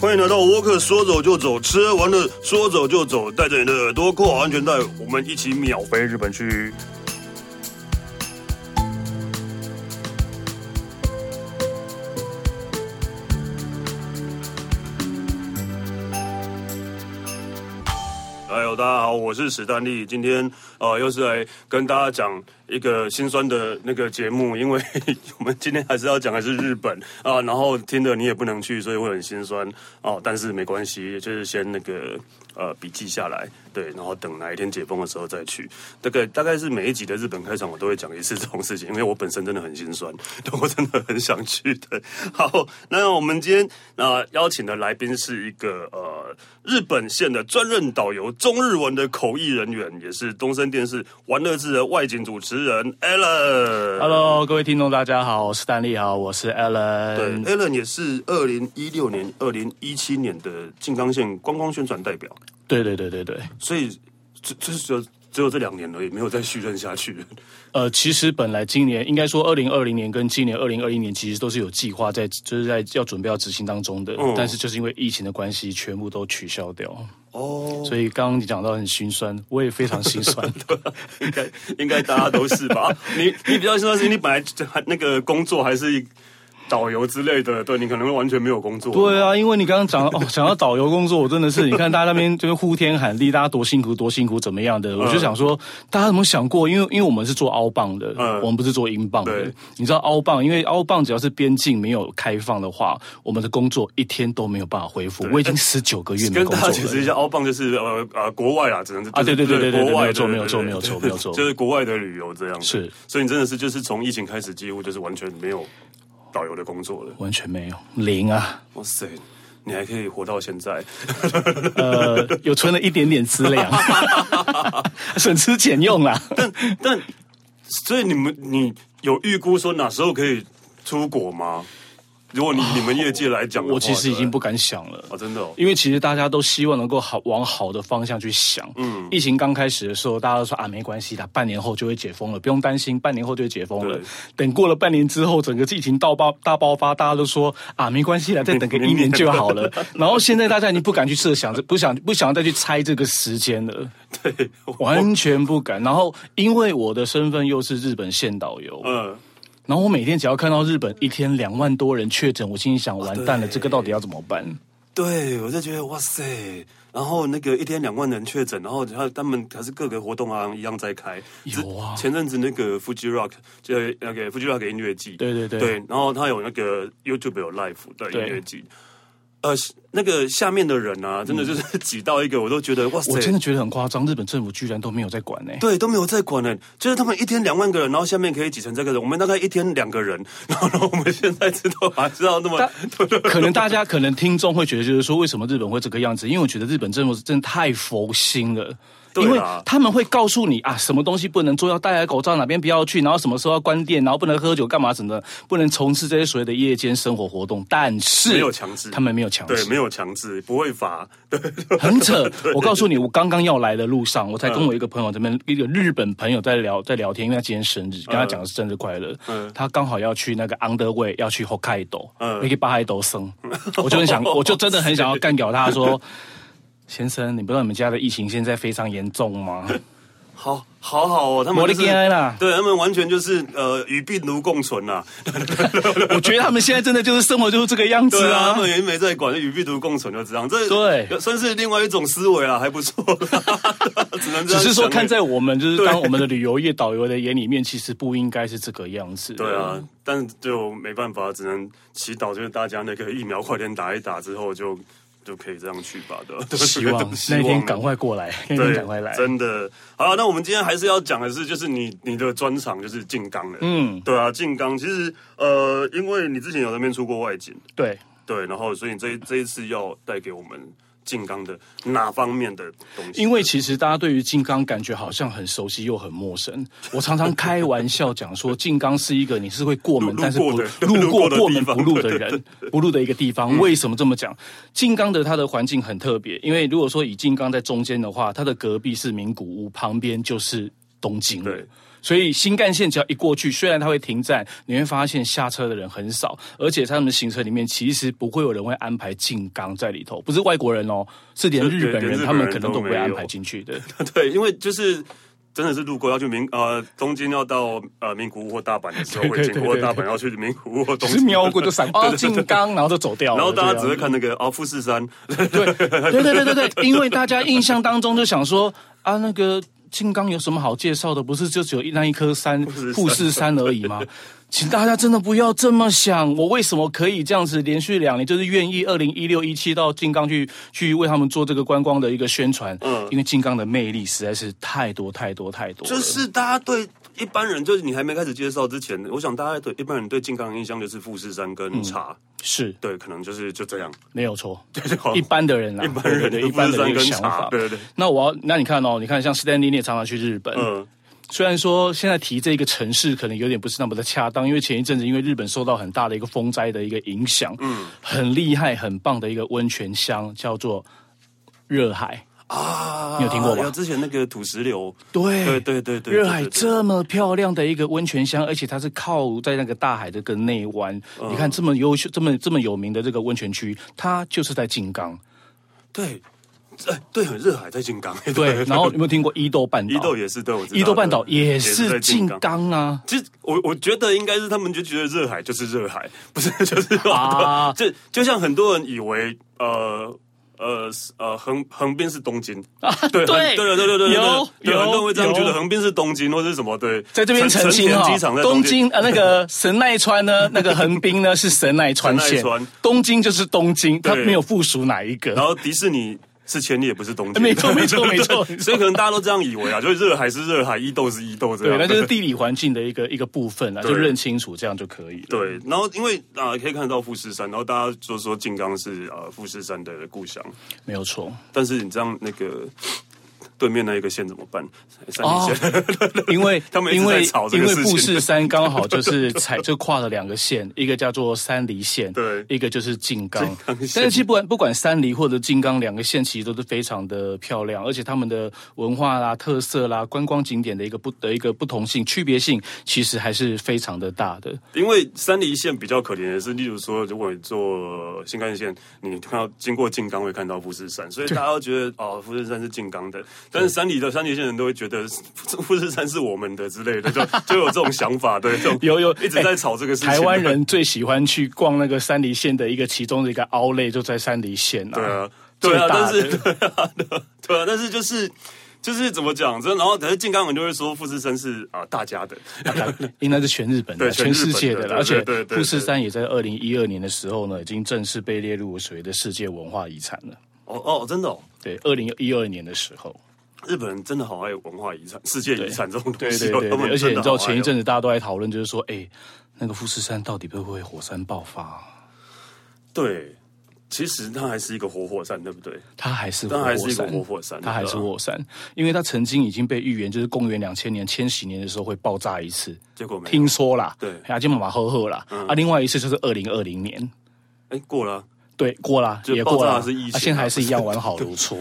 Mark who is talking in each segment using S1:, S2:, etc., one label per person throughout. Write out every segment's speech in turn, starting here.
S1: 欢迎来到沃克，说走就走，吃完了说走就走，带着你的耳朵扣好安全带，我们一起秒飞日本去。哎呦，大家好，我是史丹利，今天呃又是来跟大家讲一个心酸的那个节目，因为我们今天还是要讲的是日本啊、然后听的你也不能去，所以会很心酸哦、但是没关系，就是先那个呃笔记下来，对，然后等哪一天解封的时候再去。大概大概是每一集的日本开场我都会讲一次这种事情，因为我本身真的很心酸，对我真的很想去的。好，那我们今天呃邀请的来宾是一个呃日本线的专任导游，中日文的口译人员，也是东森电视玩乐志的外景主持人 Alan。
S2: Hello，各位听众，大家好，我是丹利，好，我是 Alan。
S1: 对，Alan 也是二零一六年、二零一七年的静冈县观光宣传代表，
S2: 对对对对对，
S1: 所以这这只有只有这两年而已，没有再续任下去了。
S2: 呃，其实本来今年应该说，二零二零年跟今年二零二一年其实都是有计划在，就是在要准备要执行当中的，但是就是因为疫情的关系，全部都取消掉。
S1: 哦，
S2: 所以刚刚你讲到很心酸，我也非常心酸。
S1: 应该应该大家都是吧？ 啊你你比较心酸是因为你本来就还那个工作还是导游之类的，对你可能会完全没有工作。
S2: 对啊，因为你刚刚讲哦，讲到导游工作，我真 的是，你看大家那边就是呼天喊地，大家多辛苦多辛苦怎么样
S1: 嗯
S2: 的，我就想说，大家有没有想过，因为因为我们是做澳镑的，
S1: 嗯
S2: 我们不是做英镑的
S1: 对，
S2: 你知道澳镑，因为澳镑只要是边境没有开放的话，我们的工作一天都没有办法恢复。我已经十九个月没
S1: 跟
S2: 工
S1: 大
S2: 作
S1: 家解释
S2: 了。
S1: 一下，澳棒就是呃呃国外啦，只能是
S2: 啊对对对对对
S1: 国外的
S2: 对没有
S1: 对
S2: 错
S1: 对
S2: 没有
S1: 对
S2: 错
S1: 对
S2: 没有错
S1: 就是国外的旅游这样子
S2: 是，
S1: 所以你真的是就是从疫情开始，几乎就是完全没有导游的工作了。
S2: 完全没有零啊，
S1: 哇塞！你还可以活到现在，
S2: 呃， 有存了一点点资 粮， 省吃俭用啦。
S1: 但所以你们你有预估说哪时候可以出国吗？如果你你们业界来讲的话，
S2: 我其实已经
S1: 对
S2: 不敢想了
S1: 哦，。真的哦，
S2: 因为其实大家都希望能够好往好的方向去想。嗯，疫情刚开始的时候，大家都说啊，没关系的，半年后就会解封了，不用担心，半年后就会解封了
S1: 对。
S2: 等过了半年之后，整个疫情大爆大爆发，大家都说啊，没关系啦，再等个一年就好了。然后现在大家已经不敢去设想，不想不想再去猜这个时间了。
S1: 对，我
S2: 完全不敢。然后，因为我的身份又是日本县导游，
S1: 嗯，
S2: 然后我每天只要看到日本一天两万多人确诊，我心里想，完蛋了，这个到底要怎么办？
S1: 对，我就觉得哇塞，然后那个一天两万人确诊，然后他他们还是各个活动啊一样在开。
S2: 有啊
S1: 之前阵子那个 Fuji Rock 就是那个 Fuji Rock 音乐季，
S2: 对对对
S1: 对，然后他有那个 YouTube 有 live 的
S2: 对
S1: 音乐季。呃，那个下面的人啊，真的就是挤到一个，我都觉得哇塞
S2: 嗯我，真的觉得很夸张，日本政府居然都没有在管欸 呢、
S1: 对，都没有在管呢，就是他们一天两万个人，然后下面可以挤成这个人，我们大概一天两个人， 然后然后我们现在知道还知道 那么
S2: 但，
S1: 对对
S2: 可能大家可能听众会觉得，就是说为什么日本会这个样子？因为我觉得日本政府真的太佛心了。
S1: 对
S2: 因为
S1: 啦
S2: 他们会告诉你啊，什么东西不能做，要戴口罩，哪边不要去，然后什么时候要关店，然后不能喝酒，干嘛什么的，不能从事这些所谓的夜间生活活动。但是
S1: 没有强制
S2: 他们没有强制，
S1: 对，没有强制，不会罚，对，
S2: 很扯。我告诉你，我刚刚要来的路上，我才跟我一个朋友这边一个日本朋友在聊在聊天，因为他今天生日，跟他讲的是生日快乐。
S1: 嗯
S2: 他刚好要去那个 Underway，要去 Hokkaido，那个巴海斗森，
S1: 嗯
S2: 我就很 想，我就真的很想要干掉他，说。先生，你不知道你们家的疫情现在非常严重吗？
S1: 好好好哦，他们
S2: 我的
S1: 就是
S2: 天啦
S1: 对他们完全就是呃与病毒共存啊 呐、
S2: 啊我觉得他们现在真的就是生活就是这个样子
S1: 对啊，
S2: 啊
S1: 他。们也没在管，与病毒共存就这样，这
S2: 对
S1: 算是另外一种思维啊，还不错 啦，只能这
S2: 只
S1: 样
S2: 是说，
S1: 想
S2: 看在我们就是
S1: 对
S2: 当我们的旅游业导游的眼里面，其实不应该是这个样子。
S1: 对啊，但就没办法，只能祈祷，就是大家那个疫苗快点打一打之后就。就可以这样去吧，对 吧？
S2: 希望
S1: 希
S2: 那一
S1: 望啊
S2: 天赶快过来，那一天赶快来。
S1: 真的。好了，那我们今天还是要讲的是，就是你你的专长就是静冈了。嗯，对啊，静冈其实呃，因为你之前有在那边出过外景，
S2: 对，
S1: 对，然后所以你这一这一次要带给我们静冈的哪方面的东西？
S2: 因为其实大家对于静冈感觉好像很熟悉又很陌生。我常常开玩笑讲说，静冈是一个你是会过门，
S1: 路
S2: 但是不
S1: 路过的
S2: 路
S1: 路过
S2: 过
S1: 的
S2: 过
S1: 地
S2: 门
S1: 方嗯
S2: 不入的人，不入的一个地方。为什么这么讲？静冈的它的环境很特别，因为如果说以静冈在中间的话，它的隔壁是名古屋，旁边就是东京了
S1: 对。
S2: 所以新干线只要一过去，虽然它会停站，你会发现下车的人很少，而且他们的行程里面其实不会有人会安排静冈在里头，不是外国人哦，是连日本人他们可能都不会安排进去的。
S1: 对，因为就是真的是路过要去名呃东京要到呃名古屋或大阪的时候，会经过大阪要去名古屋或东
S2: 京，是瞄过就闪哦静冈，然后就走掉了，
S1: 然后大家只会看那个哦富士山，
S2: 对对 对对对对，因为大家印象当中就想说啊那个。金刚有什么好介绍的？不是就只有那一颗山富士山而已吗？ 请大家真的不要这么想。我为什么可以这样子连续两年，就是愿意二零一六一七到金刚去去为他们做这个观光的一个宣传？嗯，因为金刚的魅力实在是太多太多太多。
S1: 就是大家对一般人，就是你还没开始介绍之前，我想大家对一般人对金刚的印象就是富士山跟茶。嗯
S2: 是
S1: 对，可能就是就这样，
S2: 没 有错。一般的人啊，
S1: 一般人的一般的一个想法，对对对。
S2: 那我要，那你看哦，你看像 Stanley 也常常去日本，嗯，虽然说现在提这个城市可能有点不是那么的恰当，因为前一阵子因为日本受到很大的一个风灾的一个影响，嗯，很厉害、很棒的一个温泉乡叫做热海。
S1: 啊，
S2: 你有听过吗？
S1: 之前那个土石流，
S2: 对
S1: 对对对对，
S2: 热海这么漂亮的一个温泉乡，而且它是靠在那个大海的个内湾。
S1: 嗯
S2: 你看这么优秀、这么这么有名的这个温泉区，它就是在静冈。
S1: 对，哎，对，热海在静冈。
S2: 对，然后有没有听过伊豆半岛？
S1: 伊豆也是，对，我知道。
S2: 伊豆半岛也是静冈啊。
S1: 其实我我觉得应该是他们就觉得热海就是热海，不是就是啊，就就像很多人以为呃。呃呃，横横滨是东京
S2: 啊，
S1: 对对对对对对，
S2: 有
S1: 有很多人会这样觉得，横滨是东京或者是什么？对，
S2: 在这边
S1: 成
S2: 田
S1: 机场在
S2: 东京，呃，那个神奈川呢，那个横滨呢是神奈川县，东京就是东京，它没有附属哪一个。
S1: 然后迪士尼是千里，也不是东京，
S2: 没错没 错没错，
S1: 所以可能大家都这样以为啊，就是热海是热海，伊豆是伊豆这样，
S2: 对，那就是地理环境的一个一个部分啊，就认清楚这样就可以。
S1: 对，然后因为啊，可以看到富士山，然后大家就说静冈是呃富士山的故乡，
S2: 没有错。
S1: 但是你这样那个对面那一个县怎么办？山梨县，
S2: 因为
S1: 他们
S2: 因为
S1: 因
S2: 为富士山刚好 就是踩就跨了两个县，一个叫做山梨县，
S1: 对，
S2: 一个就是静冈。但是其实不管不管山梨或者静冈两个县，其实都是非常的漂亮，而且他们的文化啦、特色啦、观光景点的一个不的一个不同性、区别性，其实还是非常的大的。
S1: 因为山梨县比较可怜的是，例如说，如果你坐新干线，你看到经过静冈会看到富士山，所以大家都觉得哦，富士山是静冈的。但是山里的山梨县人都会觉得 富士山是我们的之类的，就就有这种想法， 对，这种
S2: 有有
S1: 一直在吵这个事情、
S2: 欸。台湾人最喜欢去逛那个山梨县的一个其中的一个凹类，就在山梨县
S1: 啊。对啊，对啊，但是 对啊，对啊，但是就是。就是怎么讲，真然后，可是靖冈人就会说富士山是啊大家的，
S2: 应该是全日本的、
S1: 全
S2: 世界的，而且富士山也在二零一二年的时候呢，已经正式被列入所谓的世界文化遗产了。哦
S1: 哦，真的哦，
S2: 对，二零一二年的时候。
S1: 日本人真的好爱文化遗产、世界遗产这啊种东
S2: 西，而且你知道前一阵子大家都在讨论，就是说，哎，那个富士山到底会不会火山爆发、啊？
S1: 对。其实它还是一个活火山，对不对？
S2: 它还是
S1: 它还是一个活火山，
S2: 它还是火山，因为它曾经已经被预言，就是公元两千年、千禧年的时候会爆炸一次，
S1: 结果没
S2: 听说啦，
S1: 对，
S2: 阿金妈妈呵呵啦，嗯、啊，另外一次就是二零二零年，
S1: 哎，过了、啊。
S2: 对，过了也过
S1: 了，是疫情，
S2: 现在还是一样完好 如初。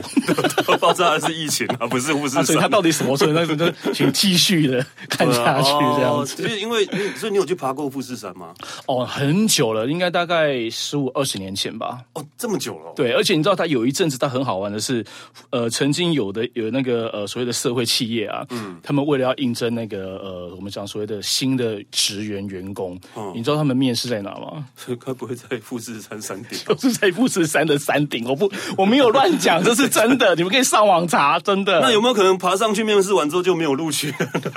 S1: 爆炸是疫情啊，不是 富士山。
S2: 所以它到底什么时候？那个请继 续的看下
S1: 啊
S2: 去
S1: 哦
S2: 这样子。
S1: 因为所以你有去爬过富士山吗？
S2: 哦，很久了，应该大概十五二十年前吧。
S1: 哦，这么久了。
S2: 对，而且你知道，它有一阵子它很好玩的是，呃，曾经有的有那个呃所谓的社会企业啊，嗯，他们为了要应征那个呃我们讲所谓的新的职员员工，
S1: 嗯
S2: 你知道他们面试在哪吗？
S1: 该不会在富士山山顶？
S2: 是在富士山的山顶，我不我没有乱讲，这是真的，你们可以上网查，真 的。
S1: 那有没有可能爬上去面试完之后就没有录取？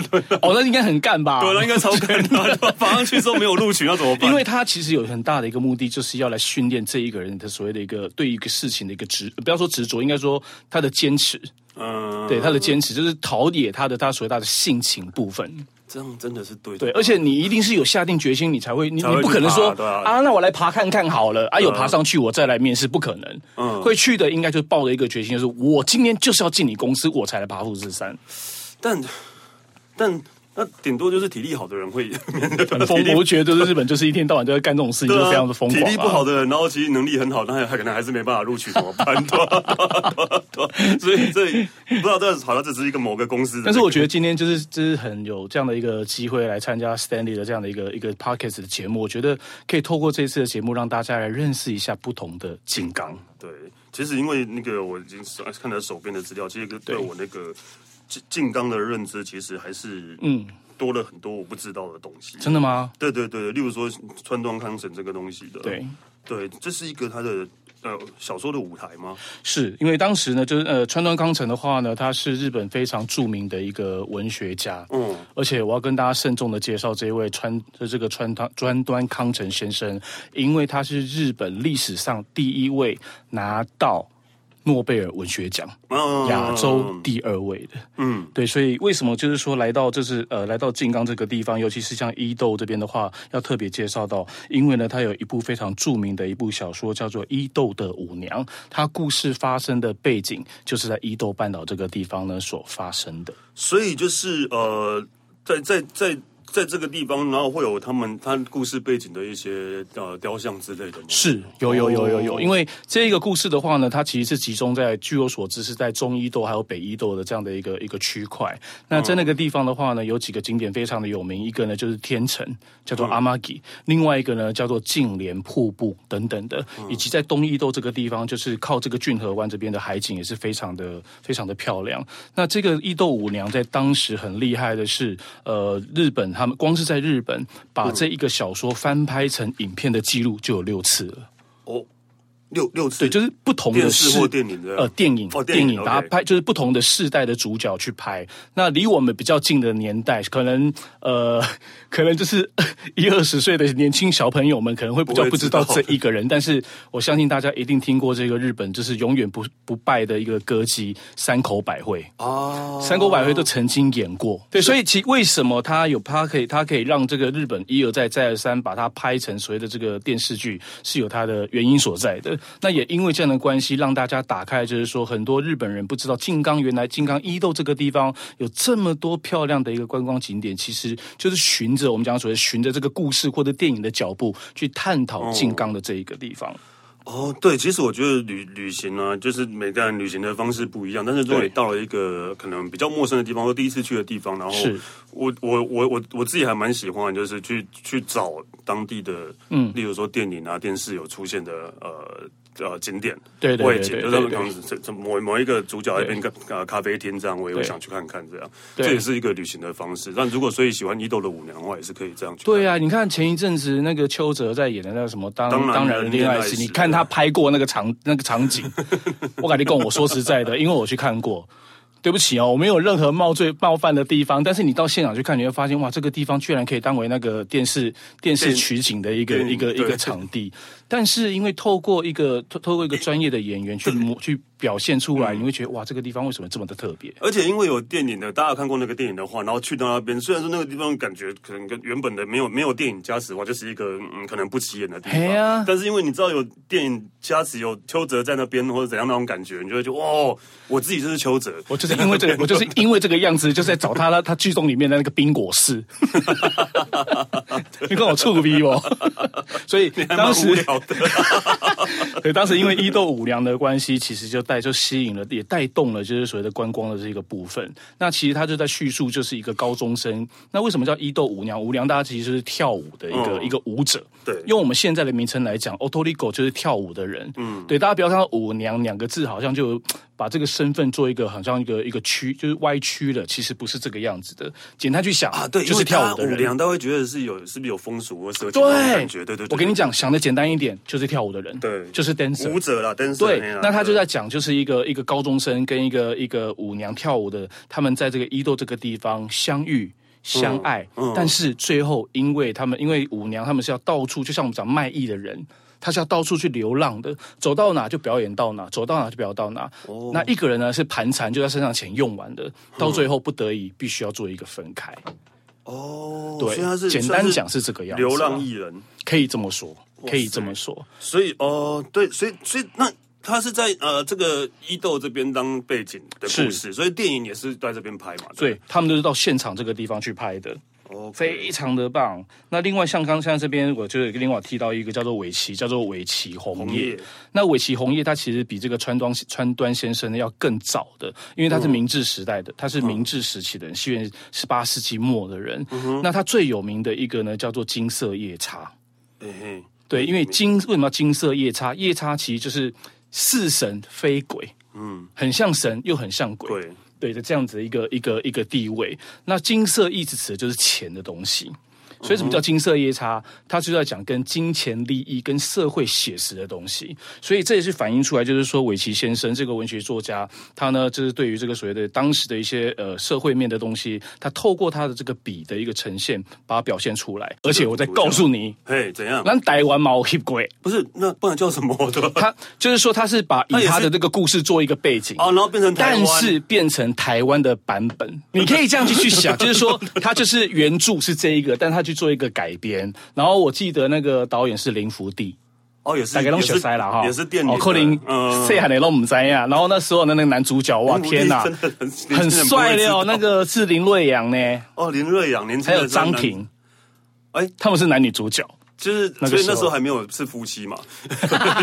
S2: 哦，那应该很干吧？
S1: 对，那应该超干的。爬上去之后没有录取，那怎么办？
S2: 因为他其实有很大的一个目的，就是要来训练这一个人的所谓的一个对一个事情的一个执，不要说执着，应该说他的坚持。嗯，对他的坚持，就是陶冶他的他所谓他的性情部分。
S1: 这样真的是对
S2: 对，而且你一定是有下定决心，你才会，你你不可能说啊，那我来爬看看好了，啊，有爬上去我再来面试，不可能。嗯，会去的应该就抱着一个决心，就是我今天就是要进你公司，我才来爬富士山。
S1: 但但那顶多就是体力好的人 会
S2: 很疯
S1: 体力
S2: 我觉得就是日本就是一天到晚都在干这种事情，
S1: 对
S2: 就
S1: 啊，
S2: 非常的疯狂、
S1: 体力不好，的人，然后其实能力很好，但还可能还是没办法录取，怎么办？ 对啊对啊对啊对啊所以这不知道这好像这只是一个某个公司的那个，
S2: 但是我觉得今天就是就是很有这样的一个机会来参加 Stanley 的这样的一个一个 podcast 的节目，我觉得可以透过这次的节目让大家来认识一下不同的金刚。
S1: 对，其实因为那个我已经看了手边的资料，其实跟对我那个静静冈的认知，其实还是嗯多了很多我不知道的东西。
S2: 真的吗？
S1: 对对对，例如说川端康成这个东西的，
S2: 对。
S1: 对，这是一个他的呃小说的舞台吗？
S2: 是因为当时呢，就是呃，川端康成的话呢，他是日本非常著名的一个文学家，嗯，而且我要跟大家慎重的介绍这一位川，就这个川端川端康成先生，因为他是日本历史上第一位拿到诺贝尔文学奖，
S1: 嗯
S2: 亚洲第二位的，嗯，对，所以为什么就是说来到就是呃来到静冈这个地方，尤其是像伊豆这边的话，要特别介绍到，因为呢，它有一部非常著名的一部小说叫做《伊豆的舞娘》，它故事发生的背景就是在伊豆半岛这个地方呢所发生的。
S1: 所以就是呃，在在在在这个地方，然后会有他们他故事背景的一些呃雕像之类的吗？
S2: 是有有有有有，
S1: 哦
S2: 因为这个故事的话呢，它其实是集中在据我所知是在中伊豆还有北伊豆的这样的一个一个区块。那在那个地方的话呢，有几个景点非常的有名，一个呢就是天城，叫做阿玛吉；另外一个呢叫做净莲瀑布等等的，以及在东伊豆这个地方，就是靠这个骏河湾这边的海景也是非常的非常的漂亮。那这个伊豆舞娘在当时很厉害的是，呃，日本他们光是在日本把这一个小说翻拍成影片的记录就有六次了。
S1: 哦，六六次，
S2: 对，就是不同的
S1: 电视
S2: 世
S1: 或电影的
S2: 呃，电影，
S1: 哦电影
S2: 电影，
S1: OK
S2: 把它拍，就是不同的世代的主角去拍。那离我们比较近的年代，可能呃，可能就是 一二十岁的年轻小朋友们，可能会比较
S1: 不会
S2: 不知道
S1: 知道
S2: 这一个人。但是我相信大家一定听过这个日本就是永远不不败的一个歌姬山口百惠。
S1: 啊，
S2: 山口百惠都曾经演过，对，所以其为什么他有他可以他可以让这个日本一而再再而三把它拍成所谓的这个电视剧，是有它的原因所在的。那也因为这样的关系，让大家打开，就是说很多日本人不知道静冈原来静冈伊豆这个地方有这么多漂亮的一个观光景点，其实就是循着我们讲所谓循着这个故事或者电影的脚步去探讨静冈的这一个地方。
S1: 哦，对，其实我觉得旅旅行啊，就是每个人旅行的方式不一样，但是如果
S2: 对
S1: 你到了一个可能比较陌生的地方，或第一次去的地方，然后
S2: 是
S1: 我我我我我自己还蛮喜欢，就是去去找当地的，嗯，例如说电影啊、电视有出现的呃。呃，景点
S2: 对对
S1: 外
S2: 对
S1: 景，
S2: 对
S1: 就是他们
S2: 对
S1: 可能这这某某一个主角在一边咖呃咖啡厅这样，我也会
S2: 对
S1: 想去看看这样，
S2: 对
S1: 这也是一个旅行的方式。但如果所以喜欢伊豆的舞娘的话，也是可以这样去看。
S2: 对呀、你看前一阵子那个邱泽在演的那个什么当
S1: 当然
S2: 当然
S1: 人
S2: 恋爱
S1: 恋爱
S2: 时，
S1: 时
S2: 你看他拍过那个场 那个场景，我感觉跟我说实在的，因为我去看过。对不起哦，我没有任何冒罪冒犯的地方，但是你到现场去看，你会发现哇，这个地方居然可以当为那个电视电视
S1: 电
S2: 取景的一个
S1: 电影
S2: 一个一
S1: 对
S2: 个场地。但是因为透过一个透透过一个专业的演员去模去表现出
S1: 嗯
S2: 来，你会觉得哇，这个地方为什么这么的特别？
S1: 而且因为有电影的，大家有看过那个电影的话，然后去到那边，虽然说那个地方感觉可能跟原本的没有没有电影加持的话，就是一个嗯可能不起眼的地
S2: 嘿
S1: 方。
S2: 啊
S1: 但是因为你知道有电影加持，有邱泽在那边或者怎样那种感觉，你就会觉得哦，我自己就是邱泽。
S2: 我就是因为这个，我就是因为这个样子，就是在找他他剧中里面的那个冰果室。 你跟我触逼我， 所以
S1: 还蛮
S2: 当
S1: 无
S2: 时
S1: 聊的，
S2: 对，当时因为伊豆五粮的关系，其实就带就吸引了，也带动了就是所谓的观光的这个部分。那其实他就在叙述，就是一个高中生。那为什么叫伊豆五娘？五娘大家其实就是跳舞的一个、
S1: 嗯
S2: 一个舞者。
S1: 对
S2: 用我们现在的名称来讲 o t o l i g o 就是跳舞的人。嗯，对，大家不要看到舞娘两个字，好像就把这个身份做一个好像一个一个曲，就是歪曲了。其实不是这个样子的。简单去想
S1: 啊，对，
S2: 就是跳舞的
S1: 人，
S2: 人。
S1: 大家会觉得是有是不是有风俗或色情那种
S2: 对，
S1: 感觉？对对对，
S2: 我跟你讲，想的简单一点，就是跳舞的人，
S1: 对
S2: 就是 dancer，
S1: 舞者啦，但是
S2: 对，那他就在讲，就是一个一个高中生跟一个一个舞娘跳舞的，他们在这个伊豆这个地方相遇。
S1: 嗯
S2: 相爱，但是最后因为他们，因为舞娘他们是要到处，就像我们讲卖艺的人，他是要到处去流浪的，走到哪就表演到哪，走到哪就表演到哪。
S1: 哦
S2: 那一个人呢是盘缠就在身上钱用完
S1: 嗯
S2: 的，到最后不得已必须要做一个分开。
S1: 哦，所以他是
S2: 对，简单讲是这个样子啊，
S1: 流浪艺人。
S2: 可以这么说，可以这么说。
S1: 所以哦，对，所以所以那它是在呃这个伊豆这边当背景的故事，
S2: 是
S1: 所以电影也是在这边拍嘛。不
S2: 对，他们都是到现场这个地方去拍的。
S1: OK
S2: 非常的棒。那另外像刚像这边，我就有另外提到一个叫做尾崎，叫做尾崎红
S1: 红
S2: 叶
S1: 叶。
S2: 那尾崎红叶它其实比这个川端川端先生要更早的，因为他是明治时代的，他是明治时期的人，西元十八世纪末的人。那他最有名的一个呢，叫做金色夜叉。
S1: 嘿嘿，
S2: 对，因为金为什么要金色夜叉？夜叉其实就是似神非鬼，
S1: 嗯，
S2: 很像神又很像鬼。
S1: 对，
S2: 对的这样子一个一个一个地位。那金色意指的就是钱的东西，所以什么叫金色夜叉？它就在讲跟金钱利益、跟社会写实的东西。所以这也是反映出来，就是说韦奇先生这个文学作家，他呢就是对于这个所谓的当时的一些呃社会面的东西，他透过他的这个笔的一个呈现，把它表现出来。而且我再告诉你，
S1: 嘿，怎样？
S2: 咱台湾毛黑鬼，
S1: 不是，那不然叫什么 的？
S2: 他就是说他是把
S1: 也
S2: 以
S1: 是
S2: 他的这个故事做一个背景
S1: 哦，然后变成台湾
S2: 但是变成台湾的版 本，你可以这样去去想，就是说它就是原著是这一个，但它去做一个改编。然后我记得那个导演是林福地，
S1: 哦，也是
S2: 大概都
S1: 也
S2: 学
S1: 是
S2: 塞了哈，
S1: 也是电影
S2: 哦，
S1: 的，
S2: 柯林
S1: 嗯，
S2: 塞海雷拢唔知呀。然后那时候的那个男主角，哇
S1: 林福地
S2: 天哪
S1: 真的很，
S2: 很帅的哦，
S1: 真的不会知道
S2: 那个是林瑞阳呢，
S1: 哦，林瑞阳年轻
S2: 还
S1: 的
S2: 有
S1: 时候
S2: 张
S1: 男，
S2: 庭，
S1: 哎
S2: 他们是男女主 角。
S1: 就是
S2: 那个
S1: 所以
S2: 时
S1: 那
S2: 候
S1: 时候还没有是夫妻嘛，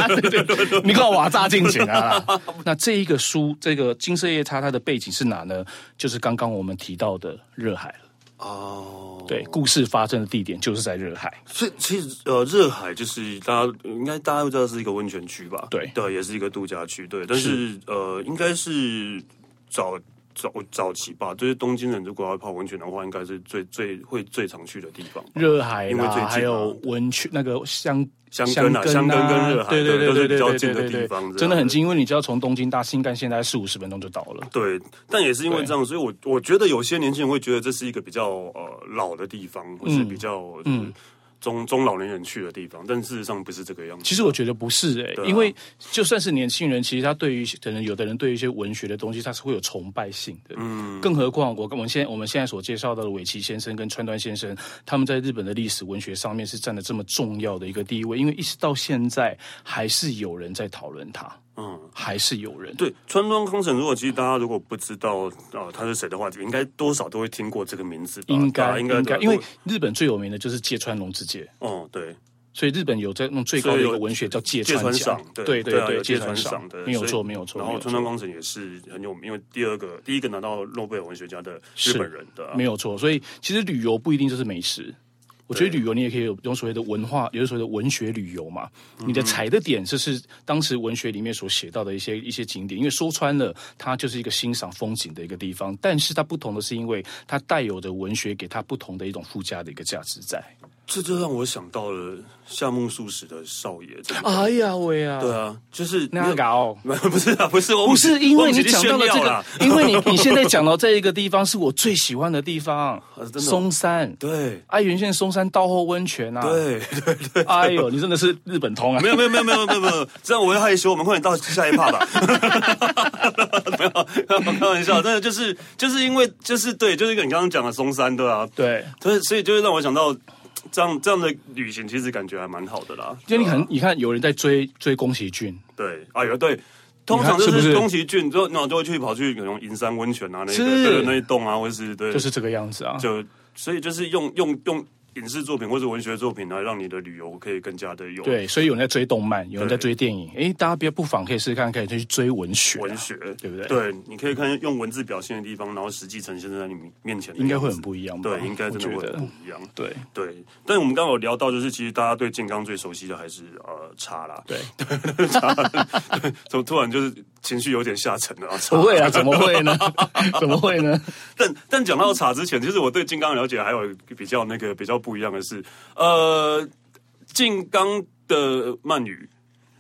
S2: 对对对，你看瓦炸进行啊啦！那这一个书，这个《金色夜叉》，它的背景是哪呢？就是刚刚我们提到的热海了。
S1: 哦，
S2: 对，故事发生的地点就是在热海。
S1: 所以其实呃，热海就是大家应该大家都知道是一个温泉区吧？
S2: 对
S1: 对，也是一个度假区。对，但是呃，应该是早早早期吧，就是东京人如果要泡温泉的话，应该是最最会最常去的地方。
S2: 热海
S1: 因为最近
S2: 啦，
S1: 嘛
S2: 还有温泉那个香
S1: 香根啊香根跟热海
S2: 对对
S1: 对都
S2: 对对
S1: 是比
S2: 对
S1: 较
S2: 对
S1: 近
S2: 对
S1: 的
S2: 对
S1: 地
S2: 对
S1: 方这样，
S2: 真的很近，因为你只要从东京搭新干线，大概四五十分钟就到了。
S1: 对，但也是因为
S2: 对
S1: 这样，所以我我觉得有些年轻人会觉得这是一个比较呃老的地方，或是比较嗯中中老年人去的地方，但事实上不是这个样子。
S2: 其实我觉得不是诶、
S1: 对啊
S2: 因为就算是年轻人，其实他对于可能有的人对于一些文学的东西，他是会有崇拜性的。嗯，更何况我跟我们现在我们现在所介绍到的尾崎先生跟川端先生，他们在日本的历史文学上面是占了这么重要的一个地位，因为一直到现在还是有人在讨论他，
S1: 嗯。
S2: 还是有人。
S1: 对，川端康成，如果其实大家如果不知道啊、呃他是谁的话，应该多少都会听过这个名字吧？
S2: 应
S1: 大家
S2: 该
S1: 应
S2: 应
S1: 该
S2: 该
S1: 对
S2: 因为日本最有名的就是芥川龙之介，
S1: 哦、对，
S2: 所以日本有在弄最高的一个文学叫
S1: 芥
S2: 芥川
S1: 川
S2: 奖
S1: 赏，，
S2: 对
S1: 对啊有
S2: 对，
S1: 芥
S2: 芥
S1: 川
S2: 川
S1: 赏
S2: 赏
S1: 的，
S2: 没有
S1: 所以
S2: 错，没有错，
S1: 然后
S2: 没有
S1: 川端
S2: 错
S1: 康成也是很有名，因为第二个第一个拿到诺贝尔文学奖的日
S2: 是
S1: 本人的啊、
S2: 没有错，所以其实旅游不一定就是美食。我觉得旅游你也可以有用所谓的文化，有所谓的文学旅游嘛。
S1: 嗯
S2: 你的踩的点就是当时文学里面所写到的一些一些景点，因为说穿了，它就是一个欣赏风景的一个地方。但是它不同的是，因为它带有着文学给它不同的一种附加的一个价值在。
S1: 这就让我想到了夏目漱石的少爷这个。
S2: 哎呀喂呀，
S1: 对啊，就是
S2: 那要
S1: 个，
S2: 搞。
S1: 不是啊，不是，我
S2: 不是因为你讲到了
S1: 我们只是炫
S2: 这
S1: 耀
S2: 个
S1: 啦，
S2: 因为你你现在讲到这一个地方是我最喜欢的地方
S1: 真，的哦
S2: 松山，
S1: 对
S2: 爱媛县松山道后温泉啊，，
S1: 对对对，
S2: 哎呦，你真的是日本通 啊
S1: 没！有没有没有没有没有没有，这样我会害羞。我们快点到下一趴吧。 没有，开玩笑，真的就是就是因为就是对，就是你刚刚讲的松山，对啊，
S2: 对，
S1: 所以所以就是让我想到这样这样的旅行，其实感觉还蛮好的啦。
S2: 因为你可能你看有人在追追宫崎骏，
S1: 对，哎呦对。通常
S2: 你看
S1: 就是
S2: 不
S1: 是
S2: 是
S1: 宫崎骏，就那就会去跑去那种银山温泉啊，那个
S2: 是
S1: 对那一栋啊，或是对，
S2: 就是这个样子啊。
S1: 就所以就是用用用影视作品或者文学作品来让你的旅游可以更加的有
S2: 对，所以有人在追动漫，有人在追电影，哎，大家不要不妨可以试试看，可以去追文学啊，
S1: 文学，
S2: 对不对
S1: 对，你可以看用文字表现的地方，然后实际呈现在你面前的样子，
S2: 应该会很不一样吧？
S1: 对，应该真的
S2: 我
S1: 会很
S2: 觉得
S1: 不一样。
S2: 对。
S1: 对，但我们刚刚有聊到，就是其实大家对健康最熟悉的还是呃茶啦，
S2: 对，
S1: 茶，对怎么突然就是情绪有点下沉 了啊？茶
S2: 不会啊，怎么会呢？怎么会呢？
S1: 但但讲到茶之前，其实我对金刚了解还有一个比较那个比较不一样的是，呃，金刚的鳗鱼，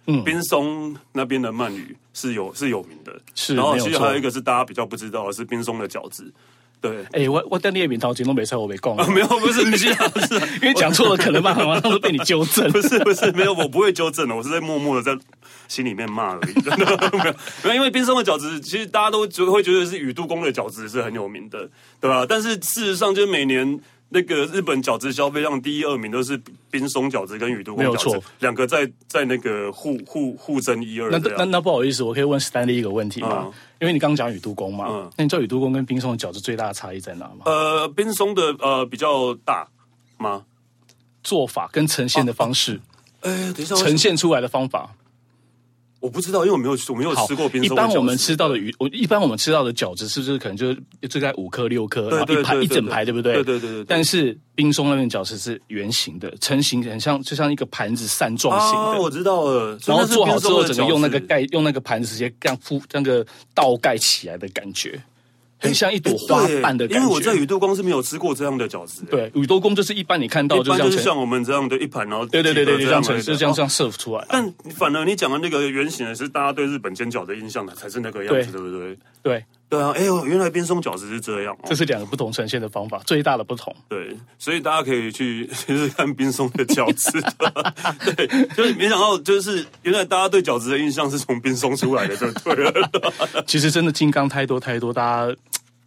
S1: 嗯，冰松那边的鳗鱼是有是有名的，
S2: 是
S1: 然后
S2: 没有
S1: 其实
S2: 错
S1: 还有一个是大家比较不知道的是冰松的饺子，对，
S2: 哎，我我等你的面头前都没猜，我没讲啊，
S1: 没有，不是不是，是啊
S2: 因为讲错了，可能马上马上就被你纠正。
S1: 不是不是，没有，我不会纠正的，我是在默默的在心里面骂而已。真的 没有，没有，因为冰松的饺子，其实大家都觉会觉得是宇度宫的饺子是很有名的，对吧？但是事实上，就是每年那个日本饺子消费量第一二名都是冰松饺子跟宇都宫
S2: 没有
S1: 饺
S2: 错
S1: 子，两个在在那个互互互争一二
S2: 那
S1: 这
S2: 那
S1: 样。
S2: 那不好意思，我可以问 Stanley 一个问题吗？
S1: 嗯
S2: 因为你刚刚讲宇都宫嘛，
S1: 嗯
S2: 那你知道宇都宫跟冰松饺子最大的差异在哪吗？
S1: 呃，冰松的呃比较大吗？
S2: 做法跟呈现的方式，
S1: 哎，等一下，
S2: 呈现出来的方法。
S1: 我不知道，因为我没有我没有
S2: 好
S1: 吃过冰
S2: 一
S1: 松的饺
S2: 般
S1: 子。
S2: 我们吃到的鱼，我一般我们吃到的饺子是不是可能就是就在五颗六颗，
S1: 对
S2: 然后一
S1: 对
S2: 排
S1: 对
S2: 一整
S1: 对
S2: 排，对不对？
S1: 对对对对对
S2: 但是冰松那边饺子是圆形的，成型很像就像一个盘子扇状型
S1: 啊，
S2: 的。
S1: 我知道了。
S2: 然
S1: 所以
S2: 后
S1: 那是
S2: 做好之
S1: 冰松
S2: 后，
S1: 的
S2: 整个用那个
S1: 饺子
S2: 盖，用那个盘子直接这样铺，那个倒盖起来的感觉，很像一朵花瓣的
S1: 哎对因
S2: 感
S1: 为
S2: 觉。
S1: 我在宇都宫是没有吃过这样的饺子。，欸
S2: 对宇多宫就是一般你看到
S1: 一
S2: 就
S1: 般
S2: 这
S1: 就
S2: 样
S1: 是
S2: 呈，
S1: 像我们这样的一盘，然后
S2: 对对对对，
S1: 几个
S2: 就这样呈，
S1: 而已
S2: 就这样
S1: 哦
S2: 这样 serve 出来。
S1: 但反而你讲的那个原型的是大家对日本煎饺的印象的才是那个样子，对
S2: 对
S1: 不对？
S2: 对，
S1: 对啊，哎呦，原来冰松饺子是这样、
S2: 这
S1: 哦。
S2: 是两个不同呈现的方法，最大的不同。
S1: 对，所以大家可以去 试试看冰松的饺子。 对，就是没想到，就是原来大家对饺子的印象是从冰松出来的，就对了。
S2: 其实真的金刚太多太多，大家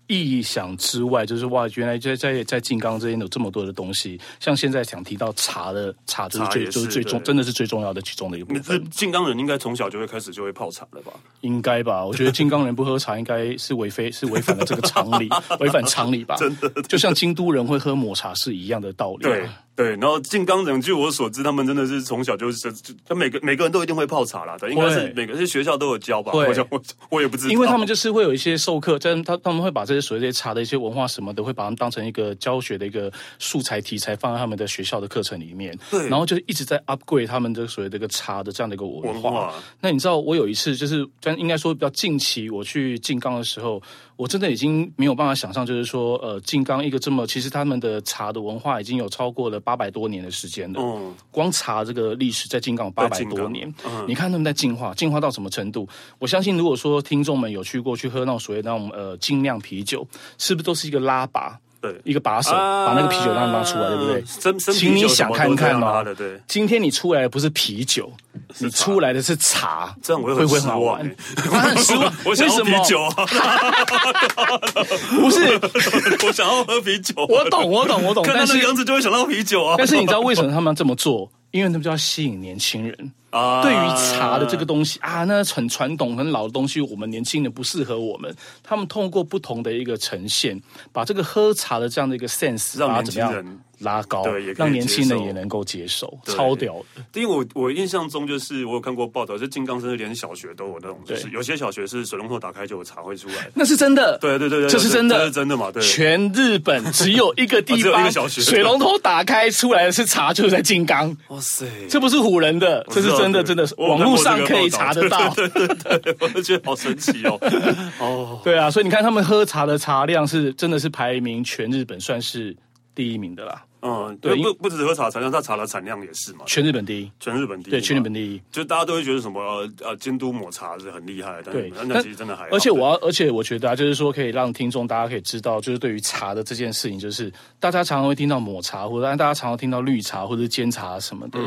S2: 意想之外，就是哇，原来在在在金刚这边有这么多的东西。像现在想提到茶的茶，就是
S1: 茶
S2: 最
S1: 也
S2: 就是
S1: 是
S2: 最重，
S1: 对
S2: 真的是最重要的其中的一个部
S1: 你这
S2: 分，
S1: 金刚人应该从小就会开始就会泡茶了吧？
S2: 应该吧？我觉得金刚人不喝茶，应该是违非是违反 了这个常理，违反常 理吧？真的，就像京都人会喝抹茶是一样的道理、啊
S1: 对。对，然后靖刚人，据我所知，他们真的是从小就是，就他每个每个人都一定会泡茶啦，对，应该是
S2: 会
S1: 每个是学校都有教吧，
S2: 会
S1: 我想我 我也不知道，
S2: 因为他们就是会有一些授课，但他他们会把这些所谓这些茶的一些文化什么的，会把它们当成一个教学的一个素材题材放在他们的学校的课程里面。
S1: 对
S2: 然后就一直在 upgrade 他们这个所谓的一个茶的这样的一个文
S1: 文
S2: 化。
S1: 化
S2: 那你知道我有一次就是，但应该说比较近期我去静冈的时候，我真的已经没有办法想象，就是说呃，静冈一个这么其实他们的茶的文化已经有超过了八百多年的时间了。
S1: 嗯，
S2: 光查这个历史，在进港八
S1: 在
S2: 百
S1: 静冈
S2: 多年，
S1: 嗯
S2: 你看他们在进化，进化到什么程度？我相信，如果说听众们有去过去喝那种所谓那种呃精酿啤酒，是不是都是一个拉拔，
S1: 对，
S2: 一个把手、
S1: 啊
S2: 把那个啤酒让它拉出来，对不对？
S1: 生生啤酒
S2: 请你想看看
S1: 什么都这样拉
S2: 哦
S1: 的 对，
S2: 今天你出来的不是啤酒，你出来的是茶，
S1: 这样我会
S2: 会
S1: 很
S2: 不会
S1: 失
S2: 很好
S1: 望
S2: 玩
S1: 欸？，
S2: 当然失望
S1: 我想
S2: 为
S1: 要
S2: 什么
S1: 啤酒，啊，
S2: 不是，
S1: 我想要喝啤酒啊，
S2: 我懂，我懂，我懂，
S1: 看到那
S2: 但是
S1: 个样子就会想到啤酒啊，
S2: 但是你知道为什么他们要这么做？因为他们就要吸引年轻人。
S1: 啊
S2: 对于茶的这个东西啊，那很传统、很老的东西，我们年轻人不适合我们。他们通过不同的一个呈现，把这个喝茶的这样的一个 sense，
S1: 让
S2: 把它
S1: 年
S2: 怎
S1: 轻
S2: 么样
S1: 人
S2: 拉高
S1: 对也可以，
S2: 让年轻
S1: 接
S2: 人
S1: 受
S2: 也能够接受，
S1: 对
S2: 超屌的。
S1: 因为我我印象中就是我有看过报道，就金刚甚至连小学都有那种，就是
S2: 对
S1: 有些小学是水龙头打开就有茶会出来。
S2: 那是真的，
S1: 对对对对
S2: 这是真的，
S1: 这是真的嘛对啊
S2: 全日本只有一个 地
S1: 只有一个
S2: 方，
S1: 小学
S2: 水龙头打开出来的是茶，就是在静冈，
S1: 哇塞！
S2: 这不是唬人的，这
S1: 知道
S2: 是真的，真
S1: 对
S2: 的，
S1: 我有
S2: 网
S1: 看过
S2: 络
S1: 这
S2: 上
S1: 个
S2: 可以
S1: 报道
S2: 查得到。
S1: 对对对对，我就觉得好神奇 哦。哦，
S2: 对啊，所以你看他们喝茶的茶量是真的是排名全日本算是第一名的啦，
S1: 嗯，
S2: 对
S1: 对，
S2: 因
S1: 不不只是喝茶产量，它茶的产量也是嘛，
S2: 全日本第一，
S1: 全日本第一嘛。
S2: 对，全日本第一。
S1: 就大家都会觉得什么呃呃，京都抹茶是很厉害，但
S2: 对
S1: 是，那其实真的还好。
S2: 而且我要，而且我觉得啊，就是说可以让听众大家可以知道，就是对于茶的这件事情，就是大家常常会听到抹茶，或者大家常常听到绿茶或者是煎茶什么的。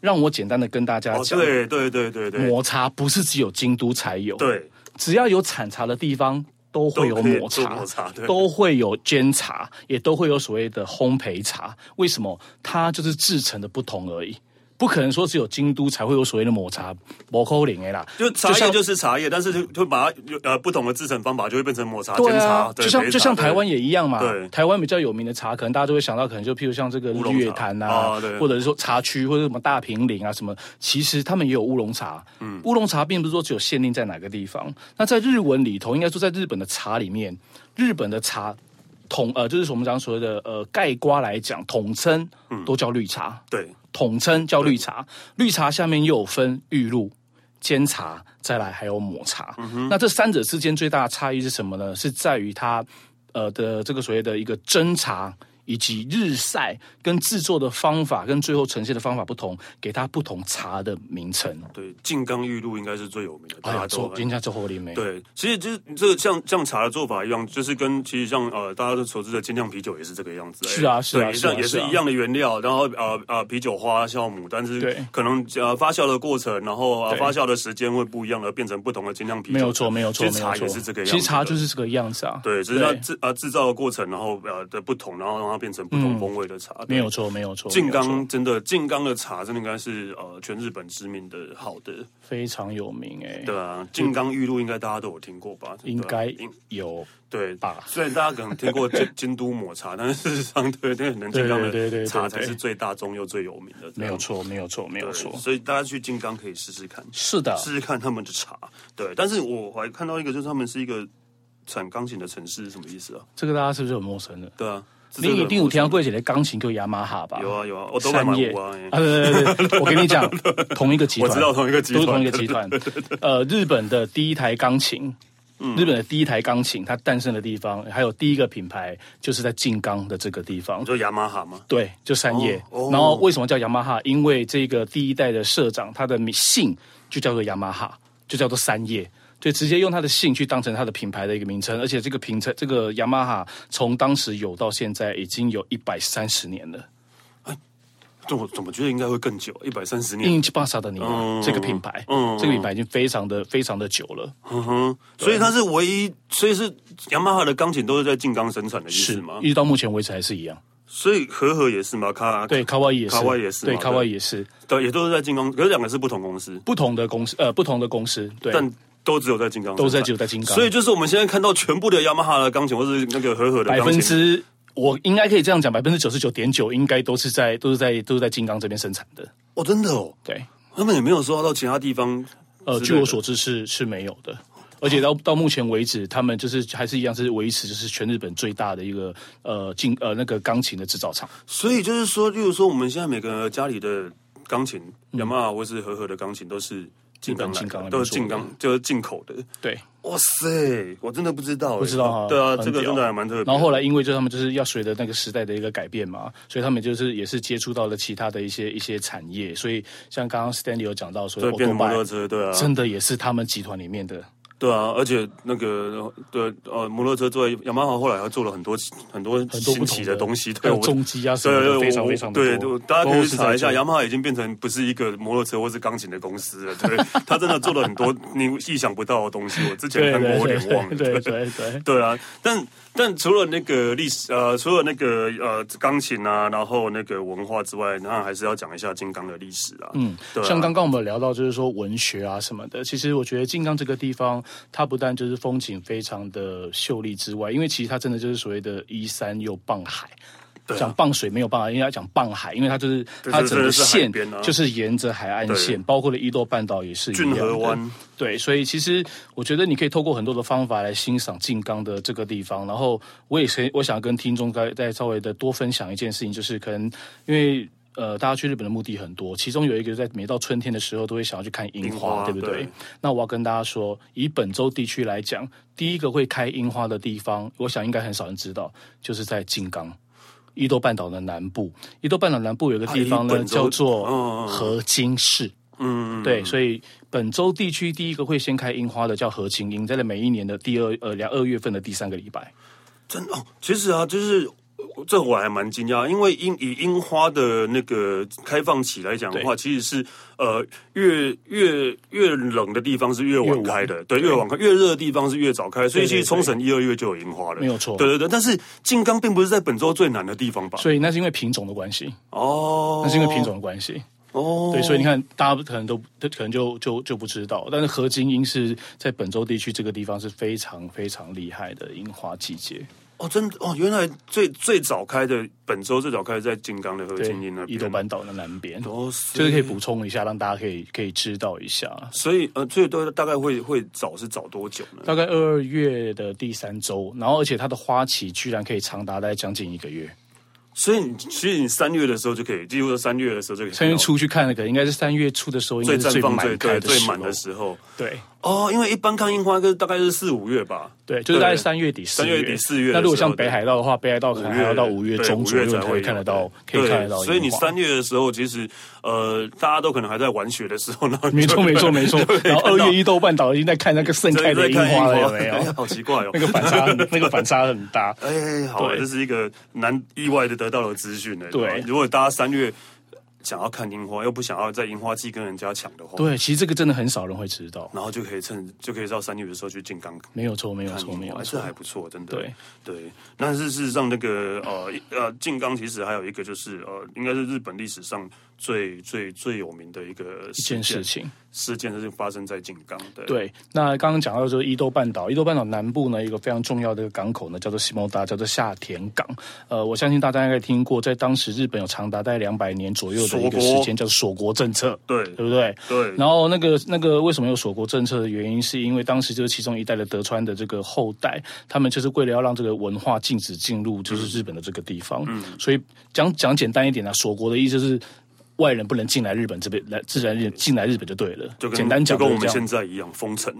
S2: 让我简单的跟大家
S1: 嗯哦，
S2: 讲，
S1: 对对对对对
S2: 抹茶不是只有京都才有，
S1: 对，
S2: 只要有产茶的地方，都会有
S1: 都可以
S2: 抹
S1: 做
S2: 茶，
S1: 抹茶对
S2: 都会有煎茶，也都会有所谓的烘焙茶。为什么？它就是制成的不同而已，不可能说只有京都才会有所谓的抹茶抹扣零哎啦。
S1: 就茶叶
S2: 像
S1: 就是茶叶，但是就就把它有呃不同的制成方法就会变成抹茶、
S2: 对
S1: 煎茶
S2: 啊，，
S1: 对
S2: 就像
S1: 焙茶
S2: 就像
S1: 对
S2: 台湾也一样嘛
S1: 对。
S2: 台湾比较有名的茶，可能大家都会想到，可能就譬如像这个日
S1: 龙茶
S2: 月潭
S1: 啊
S2: 啊
S1: 对，
S2: 或者是说茶区或者什么大平岭啊什么，其实他们也有乌龙茶。嗯，乌龙茶并不是说只有限定在哪个地方。那在日文里头，应该说在日本的茶里面，日本的茶统呃，就是我们讲所谓的呃盖瓜来讲，统称
S1: 嗯
S2: 都叫绿茶。
S1: 对
S2: 统称叫绿茶。绿茶下面又有分玉露、煎茶，再来还有抹茶。
S1: 嗯
S2: 那这三者之间最大的差异是什么呢？是在于它呃的这个所谓的一个蒸茶。以及日晒跟制作的方法跟最后呈现的方法不同，给它不同茶的名称。
S1: 对，静冈玉露应该是最有名的，大
S2: 哎呀，
S1: 家都
S2: 做
S1: 很
S2: 人家做火力没？
S1: 对，其实就是这个像像茶的做法一样，就是跟其实像呃大家都熟知的精酿啤酒也是这个样子。哎
S2: 是啊是啊
S1: 对
S2: 是啊
S1: 像也是
S2: 是啊
S1: 一样的原料，然后呃呃啤酒花酵母，但是
S2: 对
S1: 可能呃发酵的过程，然后呃
S2: 对
S1: 发酵的时间会不一样，而变成不同的精酿啤酒。
S2: 没有错，没有错，
S1: 其实
S2: 没有
S1: 茶
S2: 错。
S1: 也是这个样子的。
S2: 其实茶就是这个样子啊。
S1: 对，只是它制呃制造的过程，然后呃的不同，然后让它它变成不同风味的茶。
S2: 嗯没有错，没有错。
S1: 静冈真的，静冈的茶真的应该是呃全日本知名的好的，
S2: 非常有名哎。
S1: 对啊，静冈玉露应该大家都有听过吧？啊
S2: 应该有。
S1: 对
S2: 吧？
S1: 虽然大家可能听过京 京都抹茶，但是事实上，对那能金刚的茶才是最大宗又最有名的。
S2: 没有错，没有错，没有错。
S1: 所以大家去金刚可以试试看。
S2: 是啊的，
S1: 试试看他们的茶。对，但是我还看到一个，就是他们是一个产钢琴的城市，什么意思啊？
S2: 这个大家是不是很陌生的？
S1: 对啊。
S2: 你一定有听过一个钢琴叫雅马哈吧？
S1: 有啊有啊，我都买过啊。啊
S2: 对对 对，我跟你讲，同一个集团，
S1: 我知道同一个集团，
S2: 都是同一个 集团。呃，日本的第一台钢琴。
S1: 嗯
S2: 日本的第一台钢琴，它诞生的地方，还有第一个品牌，就是在静冈的这个地方，
S1: 就雅马哈吗？
S2: 对，就山叶。哦哦、然后为什么叫雅马哈？因为这个第一代的社长，他的姓就叫做雅马哈，就叫做山叶，就直接用他的姓去当成他的品牌的一个名称。而且这个品称，这个雅马哈从当时有到现在，已经有一百三十年了。
S1: 我怎么觉得应该会更久，啊一百三十年。
S2: 印巴萨的尼啊
S1: 哦
S2: 这个品牌，这个品牌已经非常的非常的久了。
S1: 嗯哼，所以它是唯一，所以是雅马哈的钢琴都是在静冈生产的意思吗？
S2: 一直到目前为止还是一样。
S1: 所以和和也是嘛，卡
S2: 对卡哇伊也是，
S1: 卡哇伊也是，
S2: 对卡哇伊也是，
S1: 对，也都是在静冈，可是两个是不同公司，
S2: 不同的公司，呃，不同的公司，对。
S1: 但都只有在金刚，
S2: 都在只有在金刚，
S1: 所以就是我们现在看到全部的雅马哈的钢琴，或是那个和和的
S2: 百分之。我应该可以这样讲，百分之九十九点九应该都是在都是在都是在金刚这边生产的。
S1: 哦，真的哦，
S2: 对，
S1: 他们也没有收到其他地方。
S2: 呃，据我所知是是没有的，而且到到目前为止，他们就是还是一样是维持就是全日本最大的一个呃进呃那个钢琴的制造厂。
S1: 所以就是说，例如说我们现在每个家里的钢琴，
S2: 嗯
S1: 雅马哈或是和和的钢琴都是。
S2: 进港进港
S1: 都是进港，就是进口的。
S2: 对，
S1: 哇塞，我真的不知道，
S2: 不知道啊。
S1: 对啊，这个真的还蛮特别。
S2: 然后后来，因为就他们就是要随着那个时代的一个改变嘛，所以他们就是也是接触到了其他的一些一些产业。所以像刚刚 Stanley 有讲到说，
S1: 对，变摩托车，对啊，
S2: 真的也是他们集团里面的。
S1: 对啊，而且那个对呃，摩托车作为雅马哈，后来还做了很多很多新奇的东西，对，
S2: 重机啊什么的，非常非常
S1: 对，大家可以查一下，雅马哈已经变成不是一个摩托车或是钢琴的公司了，对，他真的做了很多你意想不到的东西。我之前看过，我有点忘了，
S2: 对对 对，
S1: 对啊，但但除了那个历史呃，除了那个呃钢琴啊，然后那个文化之外，那还是要讲一下金刚的历史啊。
S2: 嗯，像刚刚我们聊到就是说文学啊什么的，其实我觉得金刚这个地方。它不但就是风景非常的秀丽之外，因为其实它真的就是所谓的依山又傍海。
S1: 啊
S2: 讲傍水没有办法，因为要讲傍海，因为它就是它整个线
S1: 啊
S2: 就是沿着海岸线，包括了伊豆半岛也是一样
S1: 的。
S2: 对，所以其实我觉得你可以透过很多的方法来欣赏静冈的这个地方。然后我也是我想跟听众再再稍微的多分享一件事情，就是可能因为。呃，大家去日本的目的很多，其中有一个在每到春天的时候都会想要去看樱花，
S1: 花
S2: 对不对？
S1: 对
S2: 那我要跟大家说，以本州地区来讲，第一个会开樱花的地方，我想应该很少人知道，就是在静冈。伊豆半岛的南部，伊豆半岛南部有个地方呢，叫做河津市。嗯，对，所以本州地区第一个会先开樱花的叫河津樱，在每一年的第二呃两二月份的第三个礼拜。
S1: 真哦，其实啊，就是。这我还蛮惊讶，因为樱以樱花的那个开放期来讲的话，其实是呃越越越冷的地方是越晚开的，对，越晚开；越热的地方是越早开。所以其实冲绳一二月就有樱花了，
S2: 没有错。
S1: 对对对，但是静冈并不是在本州最南的地方吧？
S2: 所以那是因为品种的关系
S1: 哦，
S2: 那是因为品种的关系。
S1: 哦，
S2: 对，所以你看，大家可能都可能就就就不知道，但是合金樱是在本州地区这个地方是非常非常厉害的樱花季节。
S1: 哦，真的哦，原来最最早开的本周最早开的在静冈的和津町那
S2: 伊豆半岛的南边，
S1: 哦，
S2: 就是可以补充一下，让大家可以可以知道一下。
S1: 所以呃，最多大概会会早是早多久呢？
S2: 大概二二月的第三周，然后而且它的花期居然可以长达在将近一个月。
S1: 所以你其实你三月的时候就可以，几乎三月的时候就可以。
S2: 三月初去看那个，应该是三月初的时候，应该是
S1: 最
S2: 满
S1: 最
S2: 最
S1: 满的时候。
S2: 对。
S1: 哦，因为一般看樱花，大概是四五月吧。
S2: 对，就是大概三月底、
S1: 三月底、四月。
S2: 那如果像北海道的话，北海道可能还要到五月中左右才
S1: 会
S2: 看得到，可以看得到。
S1: 所以你三月的时候，其实呃，大家都可能还在玩雪的时候呢。
S2: 没错，没错，没错。然后二月一豆半岛已经在看那个盛开的樱花了，有 没 有？
S1: 好奇怪哦，
S2: 那个反差，那个反差很大。
S1: 哎，好，这是一个难意外的得到的资讯呢。
S2: 对，
S1: 如果大家三月。想要看樱花，又不想要在樱花季跟人家抢的话，
S2: 对，其实这个真的很少人会知道。
S1: 然后就可以趁就可以到三月的时候去进冈，
S2: 没有错，没有错，没有
S1: 还
S2: 错
S1: 哎是。还不错，真的。
S2: 对
S1: 对，但是事实上，那个呃一呃，静冈其实还有一个就是呃，应该是日本历史上最最最有名的一个
S2: 一
S1: 事件
S2: 件事情，
S1: 事件就是发生在静冈，对
S2: 对。那刚刚讲到就是伊豆半岛，伊豆半岛南部呢一个非常重要的一个港口呢，叫做西摩达，叫做下田港。呃，我相信大家应该听过，在当时日本有长达大概两百年左右的一
S1: 锁国
S2: 个
S1: 嗯
S2: 时间，叫做锁国政策，
S1: 对
S2: 对不对？
S1: 对
S2: 然后那个那个为什么有锁国政策的原因，是因为当时就是其中一代的德川的这个后代，他们就是为了要让这个文化禁止进入就是日本的这个地方，
S1: 嗯
S2: 所以讲讲简单一点啊，锁国的意思就是。外人不能进来日本这边，来自然日进来日本就对了。
S1: 就跟
S2: 简单讲
S1: 就跟
S2: 是
S1: 我
S2: 这
S1: 们
S2: 样
S1: 现在一样封城，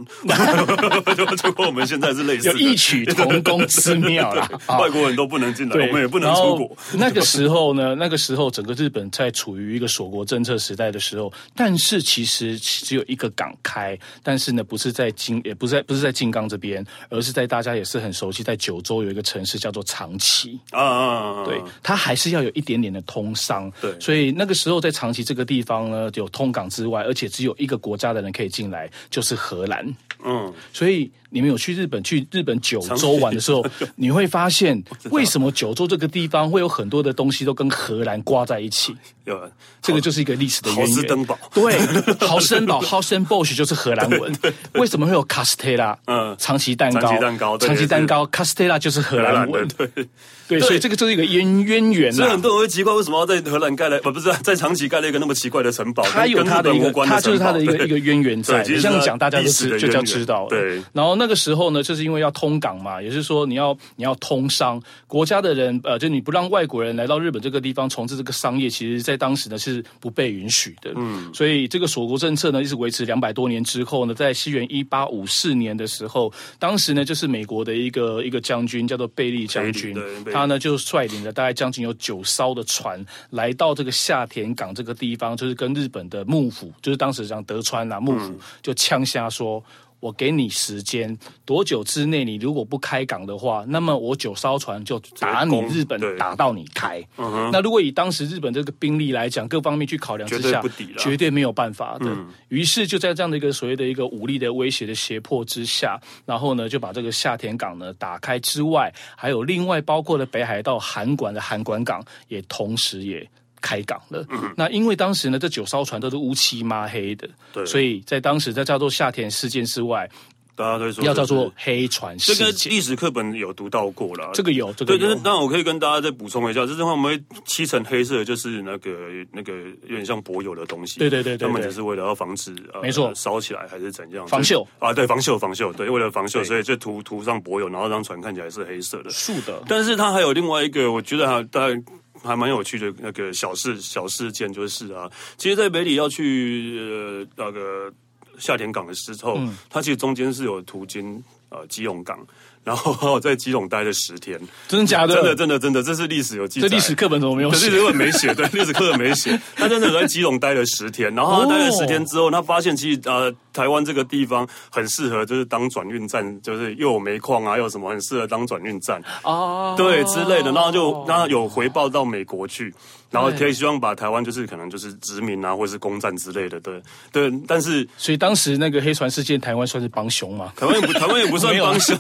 S1: 就就跟我们现在是类似
S2: 有
S1: 的，
S2: 异曲同工之妙啦
S1: 对。
S2: 啊
S1: 外国人都 不能进来，
S2: 对，
S1: 我们也不能
S2: 然
S1: 出
S2: 后
S1: 国。
S2: 那个时候呢， 那个时候整个日本在处于一个锁国政策时代的时候，但是其实只有一个港开，但是呢，不是在金，也不是在不是在静冈这边，而是在大家也是很熟悉，在九州有一个城市叫做长崎。
S1: 啊啊啊！啊
S2: 对，它还是要有一点点的通商。
S1: 对
S2: 所以那个时候在长崎这个地方呢，有通港之外，而且只有一个国家的人可以进来，就是荷兰。
S1: 嗯，
S2: 所以你们有去日本去日本九州玩的 时候，你会发现为什么九州这个地方会有很多的东西都跟荷兰挂在一 起，
S1: 有
S2: 这个就是一个历史的渊源。
S1: 豪斯登堡
S2: 对，豪森堡 （Hausenbosch） 就是荷兰 文。为什么会有 Castella？
S1: 嗯
S2: 嗯，长崎蛋糕，
S1: 长崎蛋糕对
S2: 长崎蛋糕，Castella 就是荷
S1: 荷
S2: 兰
S1: 兰
S2: 文
S1: 的。对。
S2: 对，所以这个就是一个渊渊源啊
S1: 所以很
S2: 啦。
S1: 多人会奇怪，为什么要在荷兰盖了，不不是啊在长崎盖了一个那么奇怪的城堡？
S2: 它有
S1: 跟
S2: 它的一
S1: 跟日本
S2: 个
S1: 无，关
S2: 它就是
S1: 城堡
S2: 它的一个
S1: 对
S2: 一个渊源在。
S1: 对其
S2: 你
S1: 实
S2: 这样讲，大家
S1: 它
S2: 就
S1: 历史
S2: 知
S1: 的
S2: 就叫
S1: 渊源
S2: 知道了。
S1: 对，
S2: 然后那个时候呢，就是因为要通港嘛，也就是说你要你要通商，国家的人呃，就你不让外国人来到日本这个地方从事这个商业，其实在当时呢是不被允许的。嗯，所以这个锁国政策呢，一直维持两百多年之后呢，在西元一八五四年的时候，当时呢就是美国的一个一个将军叫做贝利将军
S1: 贝利对贝，利
S2: 他呢就率领了大概将近有九艘的船来到这个下田港这个地方，就是跟日本的幕府，就是当时讲德川啊幕府、
S1: 嗯
S2: 就呛下说。我给你时间，多久之内你如果不开港的话，那么我九艘船就打你
S1: 攻
S2: 日本
S1: 对，嗯
S2: 打到你开。那如果以当时日本这个兵力来讲，各方面去考量之
S1: 绝对
S2: 下，
S1: 不敌啦
S2: 绝对没有办法的。
S1: 嗯
S2: 于是就在这样的一个所谓的一个武力的威胁的胁迫之下，然后呢就把这个下田港呢打开之外，还有另外包括了北海道函馆的函馆港也同时也。开港了，
S1: 嗯
S2: 那因为当时呢，这九艘船都是乌漆抹黑的，
S1: 对
S2: 所以在当时在叫做下田事件之外，
S1: 大家都会说
S2: 要
S1: 这
S2: 叫
S1: 是
S2: 做黑船事
S1: 这个
S2: 件。
S1: 历史课本有读到过啦。
S2: 这个有，这个
S1: 对，但
S2: 有
S1: 是，那我可以跟大家再补充一下，就是我们会漆成黑色，就是那个那个有点像柏油的东西。
S2: 对对对对
S1: 他们
S2: 对
S1: 只是为了要防止呃
S2: 没错
S1: 烧起来还是怎样
S2: 防
S1: 所以
S2: 锈
S1: 啊，对防锈防锈，对为了防锈，
S2: 对
S1: 所以就涂涂上柏油，然后让船看起来是黑色的。
S2: 树的，
S1: 但是它还有另外一个，我觉得还大概还蛮有趣的那个小事小事件，就是啊，其实，在北里要去呃那个下田港的时候，
S2: 嗯
S1: 它其实中间是有途经呃基隆港，然后 我在基隆待了十天，
S2: 真的假的？
S1: 真的真的真的，这是历史有记
S2: 啊这
S1: 载。
S2: 历史课本怎么没有
S1: 可
S2: 写
S1: 是？历史课本没写，对，历史课本没 写。他真的在基隆待了十天，然
S2: 哦
S1: 后他待了十天之后，他发现其实呃，台湾这个地方很适合就是当转运站，就是又有煤矿啊，又有什么很适合当转运站。
S2: 哦，
S1: 对之类的，然后就然后有回报到美国去，然后可以希望把台湾就是可能就是殖民啊，或者是攻占之类的，对对。但是
S2: 所以当时那个黑船事件，台湾算是帮凶嘛？
S1: 台湾也不台湾也不 算
S2: 啊
S1: 帮凶，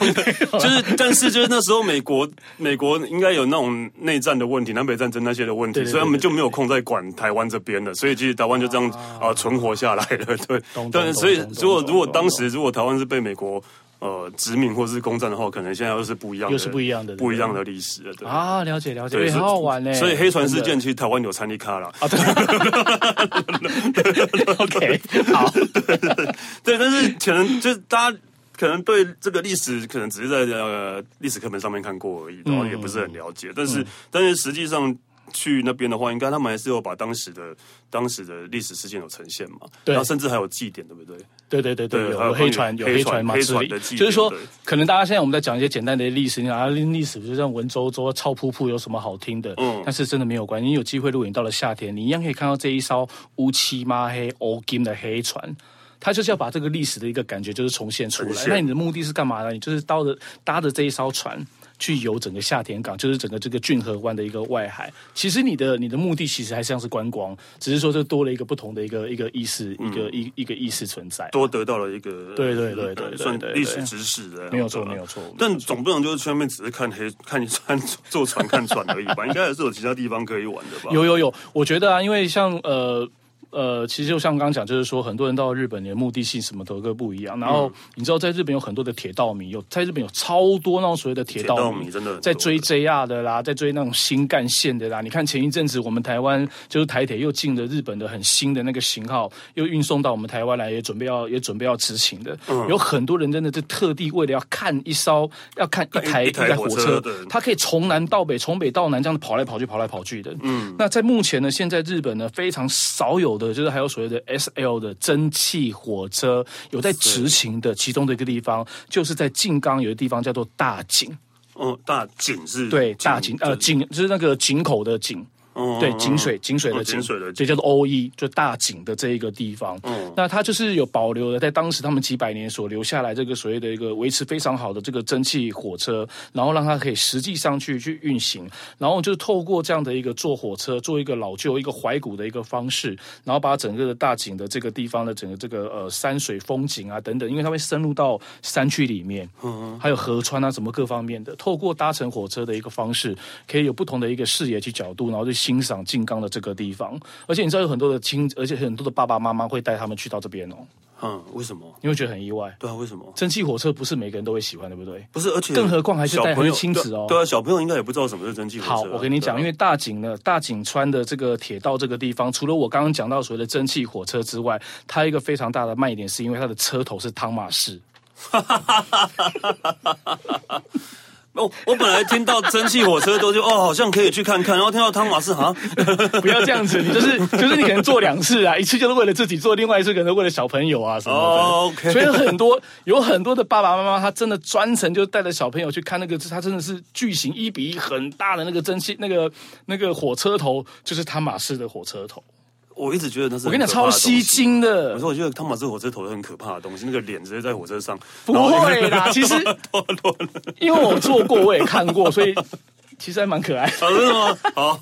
S1: 就是但是就是那时候美国美国应该有那种内战的问题、南北战争那些的问题，
S2: 对对
S1: 所以他们就没有空再管台湾这边了，所以其实台湾就这样啊存活下来了，对
S2: 懂。
S1: 但
S2: 懂
S1: 所以
S2: 懂懂
S1: 如果
S2: 懂
S1: 如果
S2: 懂
S1: 当时如果台湾是被美国。呃，殖民或是攻占的话，可能现在又是不一样的，
S2: 又是不一样的对
S1: 不一样的历史了，对。
S2: 啊，了解了解，
S1: 对，
S2: 哎
S1: 所以
S2: 好好玩呢。
S1: 所以黑船事件其实台湾有参与卡啦。
S2: 真的 啊，OK，好，
S1: 对，但是可能就是大家。可能对这个历史，可能只是在呃历史课本上面看过而已，然后也不是
S2: 嗯
S1: 很了解。但是，但是实际上去那边的话，应该他们还是有把当时的当时的历史事件有呈现嘛，
S2: 对
S1: 然后甚至还有祭典，对不对？
S2: 对对对对，
S1: 对
S2: 有
S1: 还有
S2: 有黑船，有
S1: 黑
S2: 黑
S1: 船
S2: 船嘛
S1: 黑
S2: 之
S1: 船
S2: 类
S1: 的记忆
S2: 就是说
S1: 对，
S2: 可能大家现在我们在讲一些简单的历史，你讲啊，历史就像文绉绉、超噗噗有什么好听的？
S1: 嗯
S2: 但是真的没有关系，你有机会，如果你到了夏天，你一样可以看到这一艘乌漆抹黑、欧金的黑船。它就是要把这个历史的一个感觉，就是重现出来
S1: 呈。现
S2: 那你的目的是干嘛呢？你就是搭着搭着这一艘船去游整个夏田港，就是整个这个骏河湾的一个外海。其实你的你的目的其实还像是观光，只是说这多了一个不同的一个一个意识，一
S1: 嗯
S2: 个一一个意识存在。
S1: 多得到了一个呃
S2: 对对对对，
S1: 算历史知识的，
S2: 没有错没有错。
S1: 但总不能就是全面只是看黑看你穿 坐船看船而已吧？应该还是有其他地方可以玩的吧？
S2: 有有有，我觉得啊，因为像呃。呃，其实就像刚刚讲，就是说很多人到日本，你的目的性什么都各不一样。然
S1: 嗯
S2: 后你知道，在日本有很多的铁道迷，有在日本有超多那种所谓的铁道
S1: 迷，真的
S2: 在追 JR 的啦，在追那种新干线的啦。你看前一阵子我们台湾就是台铁又进了日本的很新的那个型号，又运送到我们台湾来，也准备要也准备要执行的。
S1: 嗯
S2: 有很多人真的是特地为了要看一艘，要看一台
S1: 一台火车，
S2: 它可以从南到北，从北到南这样跑来跑去，跑来跑去的。嗯，那在目前呢，现在日本呢非常少有。的就是还有所谓的 S L 的蒸汽火车，有在执行的，其中的一个地方就是在静冈有个地方叫做大井，
S1: 哦，大井哦是
S2: 对大井呃井就是那个井口的井。对
S1: 嗯
S2: 井水井水的
S1: 哦井嗯水的
S2: 这叫做 O E，就大井的这一个地方。那它就是有保留了在当时他们几百年所留下来这个所谓的一个维持非常好的这个蒸汽火车，然后让它可以实际上去去运行，然后就是透过这样的一个坐火车做一个老旧一个怀古的一个方式，然后把整个的大井的这个地方的整个这个呃山水风景啊等等，因为它会深入到山区里面，还有河川啊什么各方面的，透过搭乘火车的一个方式，可以有不同的一个视野去角度，然后去。欣赏静冈的这个地方，而且你知道有很多的亲，而且很多的爸爸妈妈会带他们去到这边哦。
S1: 嗯，为什么？
S2: 你会觉得很意外？
S1: 对啊，为什么？
S2: 蒸汽火车不是每个人都会喜欢，对不对？
S1: 不是，而且
S2: 更何况还是带
S1: 朋
S2: 友亲子哦
S1: 对。对啊，小朋友应该也不知道什么是蒸汽火车、啊。
S2: 好，我跟你讲，啊、因为大井呢，大井川的这个铁道这个地方，除了我刚刚讲到所谓的蒸汽火车之外，它一个非常大的卖点是因为它的车头是汤马士。
S1: 哦， 我本来听到蒸汽火车都就哦，好像可以去看看，然后听到汤马斯哈，
S2: 不要这样子，你就是就是你可能做两次啊，一次就是为了自己做，另外一次可能为了小朋友啊什么的。
S1: 哦，OK。
S2: 所以很多有很多的爸爸妈妈，他真的专程就带着小朋友去看那个，他真的是巨型一比一很大的那个蒸汽那个那个火车头，就是汤马斯的火车头。
S1: 我一直觉得那是
S2: 我跟你讲超吸睛 的，
S1: 我说我觉得汤马斯火车头是很可怕的东西，那个脸直接在火 车上。
S2: 不会啦，其实 因为我坐过，我也看过，所以其实还蛮可 爱的。
S1: 啊、真的吗？好，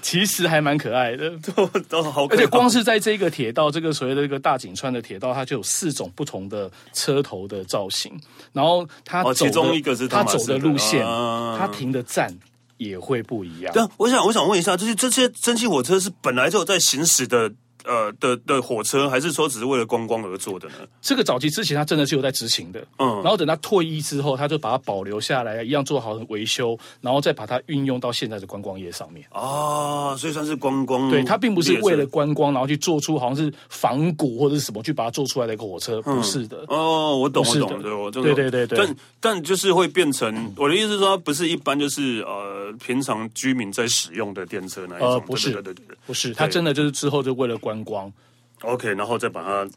S2: 其实还蛮可爱的，
S1: 都都 好。
S2: 而且光是在这个铁道，这个所谓的这个大井川的铁道，它就有四种不同的车头的造型，然后它走的、哦、
S1: 其中一个是
S2: 它走的路线，啊、它停的站。也会不一样。
S1: 对啊，我想我想问一下，就是这些蒸汽火车是本来就有在行驶的，呃的的火车，还是说只是为了观光而做的呢？
S2: 这个早期之前，它真的是有在执行的，嗯。然后等它退役之后，他就把它保留下来，一样做好维修，然后再把它运用到现在的观光业上面。
S1: 啊，所以算是观光。
S2: 对，它并不是为了观光，然后去做出好像是仿古或者是什么去把它做出来的一个火车，不是的。
S1: 嗯哦，我懂，我懂，对，我
S2: 对对对对。
S1: 但但就是会变成我的意思是说，不是一般就是呃。平常居民在使用的电车那一种，
S2: 呃，不是，
S1: 对对对
S2: 不是，它真的就是之后就为了观光
S1: ，OK，然后再把它，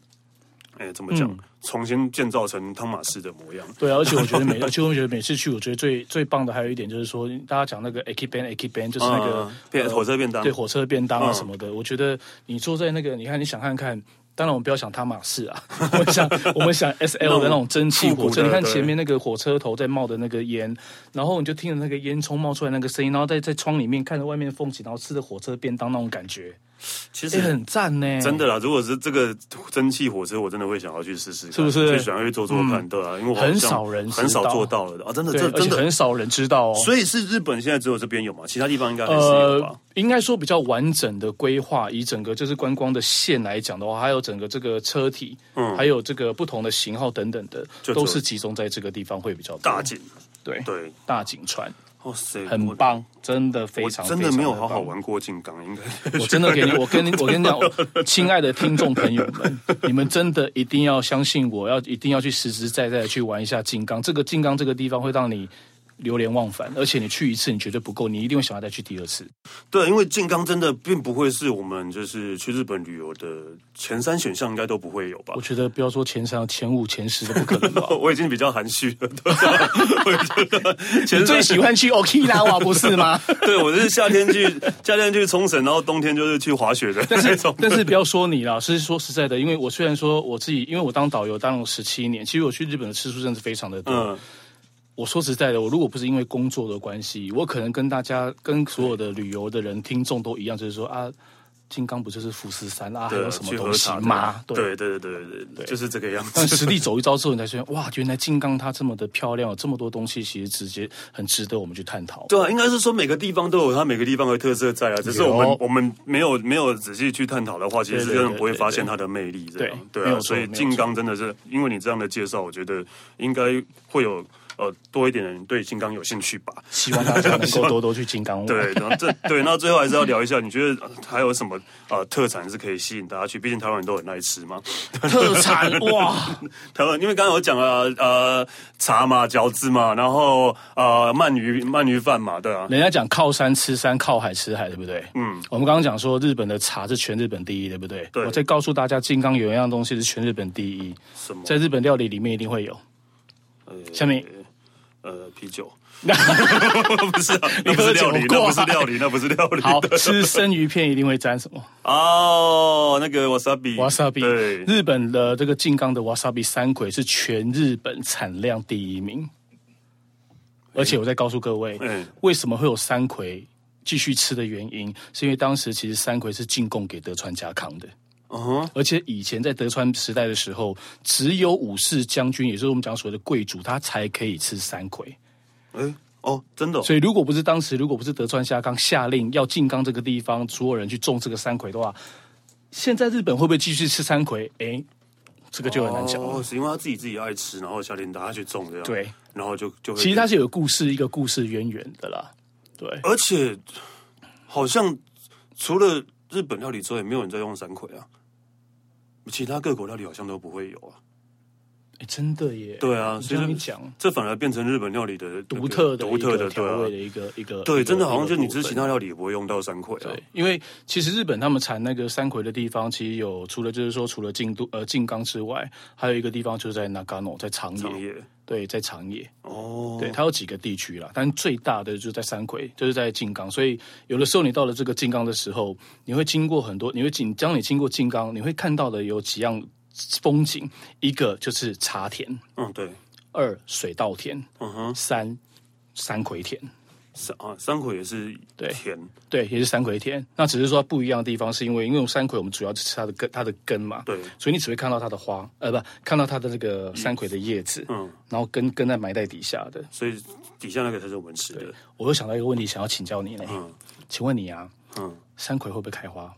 S1: 哎，怎么讲？嗯重新建造成汤马斯的模样。
S2: 对、啊，而且我觉得每， 而且我觉得每次去，我觉得最最棒的还有一点就是说，大家讲那个 Aki Ben Aki Ben，就是那个、
S1: 嗯呃、火车便当，
S2: 对，火车便当啊什么的。嗯、我觉得你坐在那个，你看，你想看看。当然，我们不要想汤马士啊， 我们想我们想 S L 的那种蒸汽火车。你看前面那个火车头在冒的那个烟，然后你就听着那个烟囱冒出来那个声音，然后在在窗里面看着外面的风景，然后吃着火车便当那种感觉。
S1: 其实、欸、
S2: 很赞呢、欸，
S1: 真的啦！如果是这个蒸汽火车，我真的会想要去试试，
S2: 是不是？
S1: 就想要去坐坐看，嗯、对啊，因为
S2: 很少人
S1: 很少做到了的啊，真的，
S2: 这
S1: 真的
S2: 很少人知道哦。
S1: 所以是日本现在只有这边有嘛？其他地方应该还是有吧？呃、
S2: 应该说比较完整的规划，以整个就是观光的线来讲的话，还有整个这个车体，嗯，还有这个不同的型号等等的，都是集中在这个地方会比较
S1: 大井，
S2: 对
S1: 对，對
S2: 大井川。
S1: 哇塞，
S2: 很棒，真的非常，
S1: 真的没有好好玩过静冈，应该
S2: 我真的给你，我跟你，我跟你讲，亲爱的听众朋友们， 你们真的一定要相信我，要一定要去实实在在的去玩一下静冈，这个静冈这个地方会让你。流连忘返，而且你去一次你绝对不够，你一定会想要再去第二次。
S1: 对，因为静冈真的并不会是我们就是去日本旅游的前三选项，应该都不会有吧？
S2: 我觉得不要说前三、前五、前十都不可 能吧。
S1: 我已经比较含蓄了， 我觉得
S2: 你最喜欢去 Okinawa 不是吗？
S1: 对，我是夏天去， 夏天去冲绳，然后冬天就是去滑雪的
S2: 但是但是不要说你啦，是说实在的，因为我虽然说我自己，因为我当导游当了十七年，其实我去日本的次数真是非常的多。嗯我说实在的，我如果不是因为工作的关系，我可能跟大家、跟所有的旅游的人、听众都一样，就是说啊，金刚不就是富士山啊，还
S1: 对
S2: 有
S1: 啊
S2: 什么
S1: 去
S2: 东
S1: 喝
S2: 西
S1: 茶对
S2: 吗
S1: 啊？对对对对对
S2: 对
S1: 就是这个样子
S2: 但。实地走一遭之后，你才发现，哇，原来金刚它这么的漂亮，有这么多东西，其实直接很值得我们去探讨。
S1: 对啊，应该是说每个地方都有它每个地方的特色在啊，只是我们
S2: 有
S1: 我们没有没有仔细去探讨的话，其实是
S2: 对对
S1: 根本不会
S2: 对对
S1: 发现它的魅力这样。
S2: 对
S1: 对
S2: 没有
S1: 啊，
S2: 错
S1: 所以金刚真的是因为你这样的介绍，我觉得应该会有呃多一点人对金刚有兴趣 吧。
S2: 希望大家能够多多去金刚玩。
S1: 对，然后这对，那最后还是要聊一下，你觉得呃还有什么呃特产是可以吸引大家去？毕竟台湾人都很爱吃嘛。
S2: 特 产哇，
S1: 台湾因为刚刚有讲了呃茶嘛、饺子嘛，然后呃鳗鱼鳗鱼饭嘛，对啊，
S2: 人家讲靠山吃山，靠海吃海，对不对？嗯，我们刚刚讲说日本的茶是全日本第一，对不对？
S1: 对
S2: 我再告诉大家，金刚有一样东西是全日本第一，
S1: 什么
S2: 在日本料理里面一定会有。下面
S1: 呃啤 酒。不是、啊，那不是料理，那
S2: 你喝酒过啊
S1: 不是料理，那不是料理。
S2: 好吃生鱼片一定会沾什么
S1: 哦，那个 wasabi
S2: wasabi？
S1: 对，
S2: 日本的这个静冈的 wasabi 三葵是全日本产量第一名。
S1: 哎
S2: 而且我再告诉各位，
S1: 嗯
S2: 为什么会有三葵继续吃的原因，是因为当时其实三葵是进贡给德川家康的。
S1: 嗯哼，
S2: 而且以前在德川时代的时候，只有武士将军，也就是我们讲所谓的贵族，他才可以吃三葵。
S1: 哎，哦，真的哦，
S2: 所以，如果不是当时，如果不是德川家康下令要静冈这个地方所有人去种这个三葵的话，现在日本会不会继续吃三葵？哎，这个就很难讲了。
S1: 哦，是因为他自己自己爱吃，然后下令大家去种这样，
S2: 对，
S1: 然后就就会。
S2: 其实它是有故事，一个故事渊源的啦。对，
S1: 而且好像除了日本料理之外，没有人在用山葵啊。其他各国料理好像都不会有啊。
S2: 诶真的耶。
S1: 对啊，
S2: 你
S1: 所
S2: 这样一
S1: 以
S2: 讲，
S1: 这反而变成日本料理的那个
S2: 独特的、
S1: 独特的
S2: 调
S1: 对啊
S2: 味的一个一个。
S1: 对，
S2: 一个
S1: 真的好像就你
S2: 一个部
S1: 吃
S2: 分
S1: 其他料理也不会用到山葵啊。
S2: 对，因为其实日本他们产那个山葵的地方，其实有除了就是说除了京都呃静冈之外，还有一个地方就是在 Nagano，在长野，
S1: 长野
S2: 对，在长野，
S1: 哦，
S2: 对，它有几个地区啦，但最大的就是在山葵，就是在静冈，所以有的时候你到了这个静冈的时候，你会经过很多，你会经当你经过静冈，你会看到的有几样风景，一个就是茶田，
S1: 嗯对，
S2: 二水稻田，
S1: 嗯哼，
S2: 三山葵田。
S1: 山啊山葵也是
S2: 对
S1: 甜，
S2: 对，也是山葵田。那只是说它不一样的地方，是因为因为我们山葵我们主要是吃它的根，它的根嘛，
S1: 对
S2: 所以你只会看到它的花，呃，不，看到它的那个山葵的叶子，
S1: 嗯，
S2: 然后根根在埋在底下的。
S1: 所以底下那个才是我们吃的。
S2: 我又想到一个问题，想要请教你呢，
S1: 嗯
S2: 请问你啊，
S1: 嗯，
S2: 山葵会不会开花？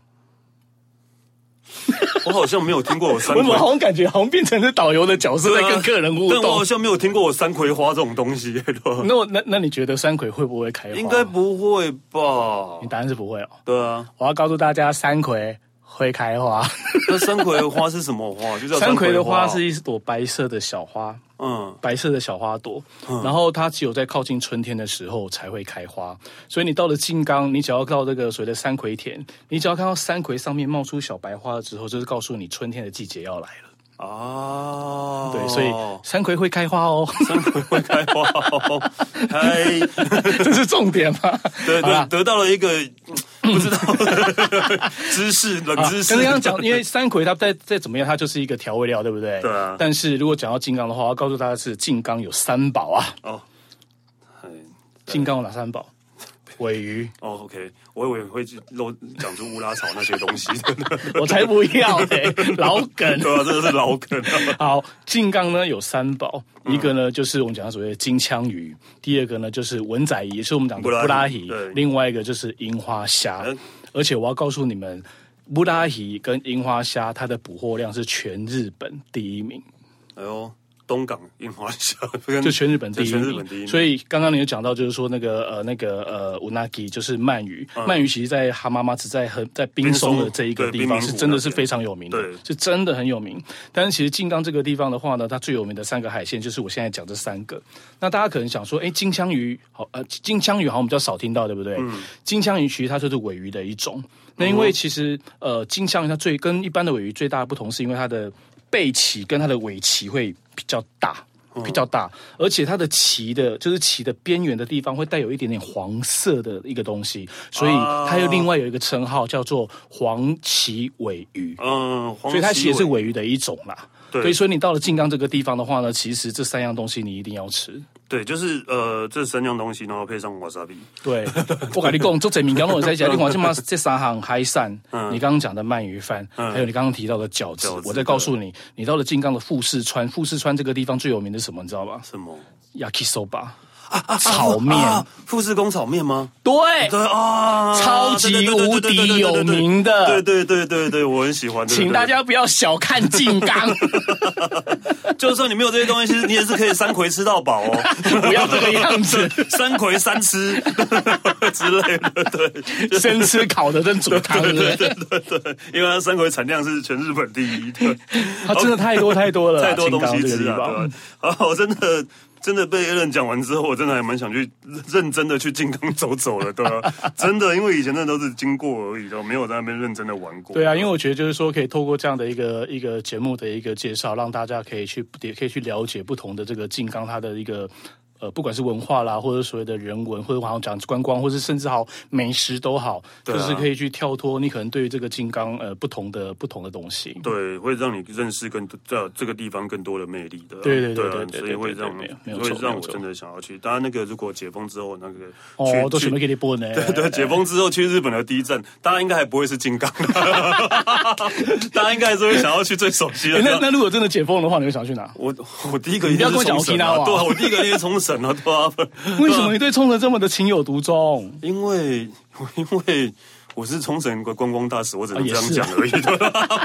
S1: 我好像没有听过有山
S2: 我
S1: 葵啊
S2: 怎么好像感觉好像变成是导游的角色在跟客人互
S1: 但我
S2: 动
S1: 好？像没有听过有山葵花这种东西，对吧
S2: 那我那那你觉得山葵会不会开花？
S1: 应该，不会吧
S2: 你？答案是不会哦。
S1: 对啊，
S2: 我要告诉大家，山葵会开花。
S1: 那山葵的花是什么 花？就叫
S2: 山葵
S1: 葵
S2: 的
S1: 花
S2: 花
S1: 哦
S2: 是一朵白色的小花，
S1: 嗯
S2: 白色的小花朵，然后它只有在靠近春天的时候才会开花。所以你到了金刚，你只要到这个所谓的山葵田，你只要看到山葵上面冒出小白花了之后，就是告诉你春天的季节要来了。
S1: 啊，
S2: 对，所以山葵会开花哦，
S1: 山葵 会开花哦，哎，
S2: 这是重点嘛？
S1: 得得
S2: 好啦。
S1: 得到了一个嗯不知道 的知识，冷
S2: 啊，
S1: 知识。
S2: 跟刚刚讲，因为山葵它再再怎么样，它就是一个调味料，对不对？
S1: 对啊
S2: 但是如果讲到金刚的话，我要告诉大家是金刚有三宝啊。
S1: 哦，哎
S2: 金刚有哪三宝？尾鱼，
S1: 哦，OK，我以为会漏讲出乌拉草那些东 西，
S2: 我才不要嘞、老梗。
S1: 对啊，真的是老梗啊。
S2: 好，静冈呢有三宝，一个呢就是我们讲的所谓的金枪鱼，第二个呢就是文仔鱼，是我们讲的
S1: 布
S2: 布
S1: 拉
S2: 拉
S1: 鱼
S2: 鱼
S1: 对，
S2: 另外一个就是樱花虾
S1: 嗯。
S2: 而且我要告诉你们，布拉鱼跟樱花虾它的捕获量是全日本第一名，
S1: 哎呦，东港樱花虾，跟
S2: 就全日本第一
S1: 嗯就全日本第一
S2: 名。
S1: 名
S2: 所以刚刚你有讲到，就是说那个呃那个呃乌纳吉就是鳗鱼，鳗鱼其实在哈妈妈只在很在冰松的这一个
S1: 嗯对
S2: 地方
S1: 冰明湖
S2: 是真的
S1: 那
S2: 是
S1: 边
S2: 非常有名的
S1: 对，
S2: 是真的很有名。但是其实静冈这个地方的话呢，它最有名的三个海鲜就是我现在讲这三个。那大家可能想说，哎，金枪鱼好，呃，金枪鱼好像比较少听到，对不对？金枪鱼其实它就是尾鱼的一种。那因为其实呃，金枪鱼它最跟一般的尾鱼最大的不同，是因为它的背鳍跟它的尾鳍会比较大。比较大，而且它的鳍的，就是鳍的边缘的地方会带有一点点黄色的一个东西，所以它又另外有一个称号叫做黄鳍尾鱼。
S1: 嗯，黄
S2: 所以它其实
S1: 鳍
S2: 是
S1: 尾
S2: 尾鱼的一种啦。
S1: 对
S2: 所以说你到了静冈这个地方的话呢，其实这三样东西你一定要吃。
S1: 对，就是呃，这三样东西，然后配上瓦萨比。
S2: 对，我跟你讲，做整名刚我在讲，你管这嘛这三行海散，
S1: 嗯
S2: 你刚刚讲的鳗鱼饭，还有你刚刚提到的饺子，我再告诉你，你到了静冈的富士川，富士川这个地方最有名的什么，你知道吧？
S1: 什么
S2: ？yakisoba
S1: 啊
S2: 炒面，
S1: 富士宫炒面吗？
S2: 对
S1: 啊对啊，
S2: 超级无敌有名的，
S1: 对对对对对，我很喜欢。
S2: 请大家不要小看静冈。
S1: 就是说，你没有这些东西，其实你也是可以三葵吃到饱哦。
S2: 不要这个样子，
S1: 三葵三 吃之类的，对，
S2: 生吃烤的跟煮汤，
S1: 对对对对，因为它三葵产量是全日本第一，对，
S2: 它真的太多太多了，
S1: 太多东西吃啊，对吧？ 啊，我真的。真的被 Allen 讲完之后，我真的还蛮想去认真的去金刚走走了，对 吧、啊？真的，因为以前那都是经过而已，都没有在那边认真的玩过。
S2: 对啊，因为我觉得就是说，可以透过这样的一个一个节目的一个介绍，让大家可以去也可以去了解不同的这个金刚它的一个。呃，不管是文化啦，或者所谓的人文，或者好像讲观光，或者甚至好美食都好，啊、就是可以去跳脱你可能对于这个金刚呃不同的不同的东西。
S1: 对，会让你认识更这这个地方更多的魅力的。
S2: 对对对对
S1: 对，所以会让会让我真的想要去。当然，那个如果解封之后，那个
S2: 哦，都准备给你播 呢。
S1: 对对，解封之后去日本的第一站，大家应该还不会是金 刚， 大家应该还是会想要去最熟悉的。
S2: 那那如果真的解封的话，你会想去哪？
S1: 我我第一个一定是冲绳啊，对啊，我第一个一定是冲绳。啊，对啊，
S2: 为什么你对冲绳这么的情有独钟？
S1: 因为， 因为我是冲绳观光大使，我
S2: 啊
S1: 只能这样讲而已，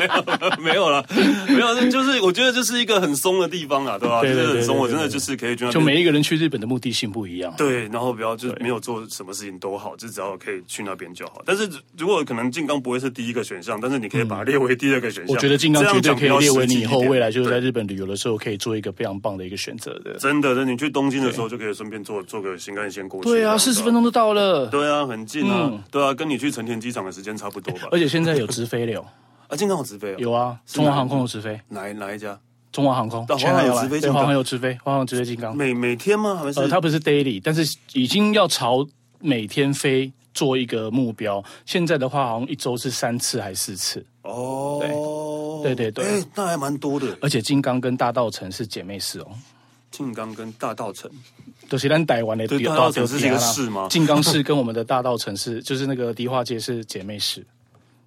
S1: 没有了，没有，就是我觉得这是一个很松的地方啊，对吧？就是很松，我真的就是可以去。
S2: 就每一个人去日本的目的性不一样，
S1: 对，然后不要就是没有做什么事情都好，就只要可以去那边就好。但是如果可能，静冈不会是第一个选项，但是你可以把它列为第二个选项。
S2: 嗯我觉得静冈绝对可以列为你以后未来就是在日本旅游的时候可以做一个非常棒的一个选择的。
S1: 真的，那你去东京的时候就可以顺便坐坐个新干线过去。
S2: 对啊，四十分钟就到了。
S1: 对啊，很近啊。
S2: 嗯
S1: 对啊，跟你去成田。机场的时间差不多吧，
S2: 而且现在有直飞了，
S1: 啊，经常有直飞，
S2: 哎 有啊，中华航空有直飞，
S1: 哪哪一家？
S2: 中华航空，
S1: 华航有直飞，
S2: 对，华航有直飞，华航直飞金刚，
S1: 每每天吗？还是
S2: 呃，它不是 daily，但是已经要朝每天飞做一个目标。现在的话，好像一周是三次还是四次？
S1: 哦，
S2: 对对对对，
S1: 那还蛮多的。
S2: 而且金刚跟大道城是姐妹市哦，
S1: 金刚跟大道城。
S2: 就是咱台湾的
S1: 大道城是一个市吗？
S2: 啊静冈市跟我们的大道城市， 就是那个迪化街是姐妹市，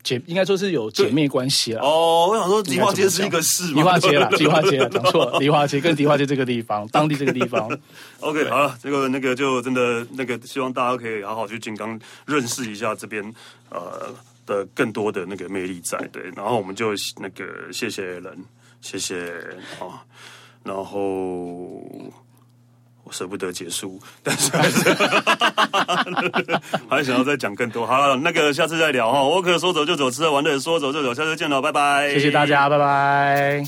S2: 姐应该说是有姐妹关系了。
S1: 哦，我想说迪化街是一个市，
S2: 迪化 街啦，迪化街讲错了，迪化街跟迪化街这个地方，当地这个地方。
S1: OK，好了，这个那个就真的那个，希望大家可以好好去静冈认识一下这边呃的更多的那个魅力在。对，然后我们就那个谢谢人，谢谢啊，然后。舍不得结束，但是还是还想要再讲更多。好了，那个下次哎再聊哈。我可说走就走，吃喝玩乐说走就走，下次见喽，拜拜。
S2: 谢谢大家，拜拜。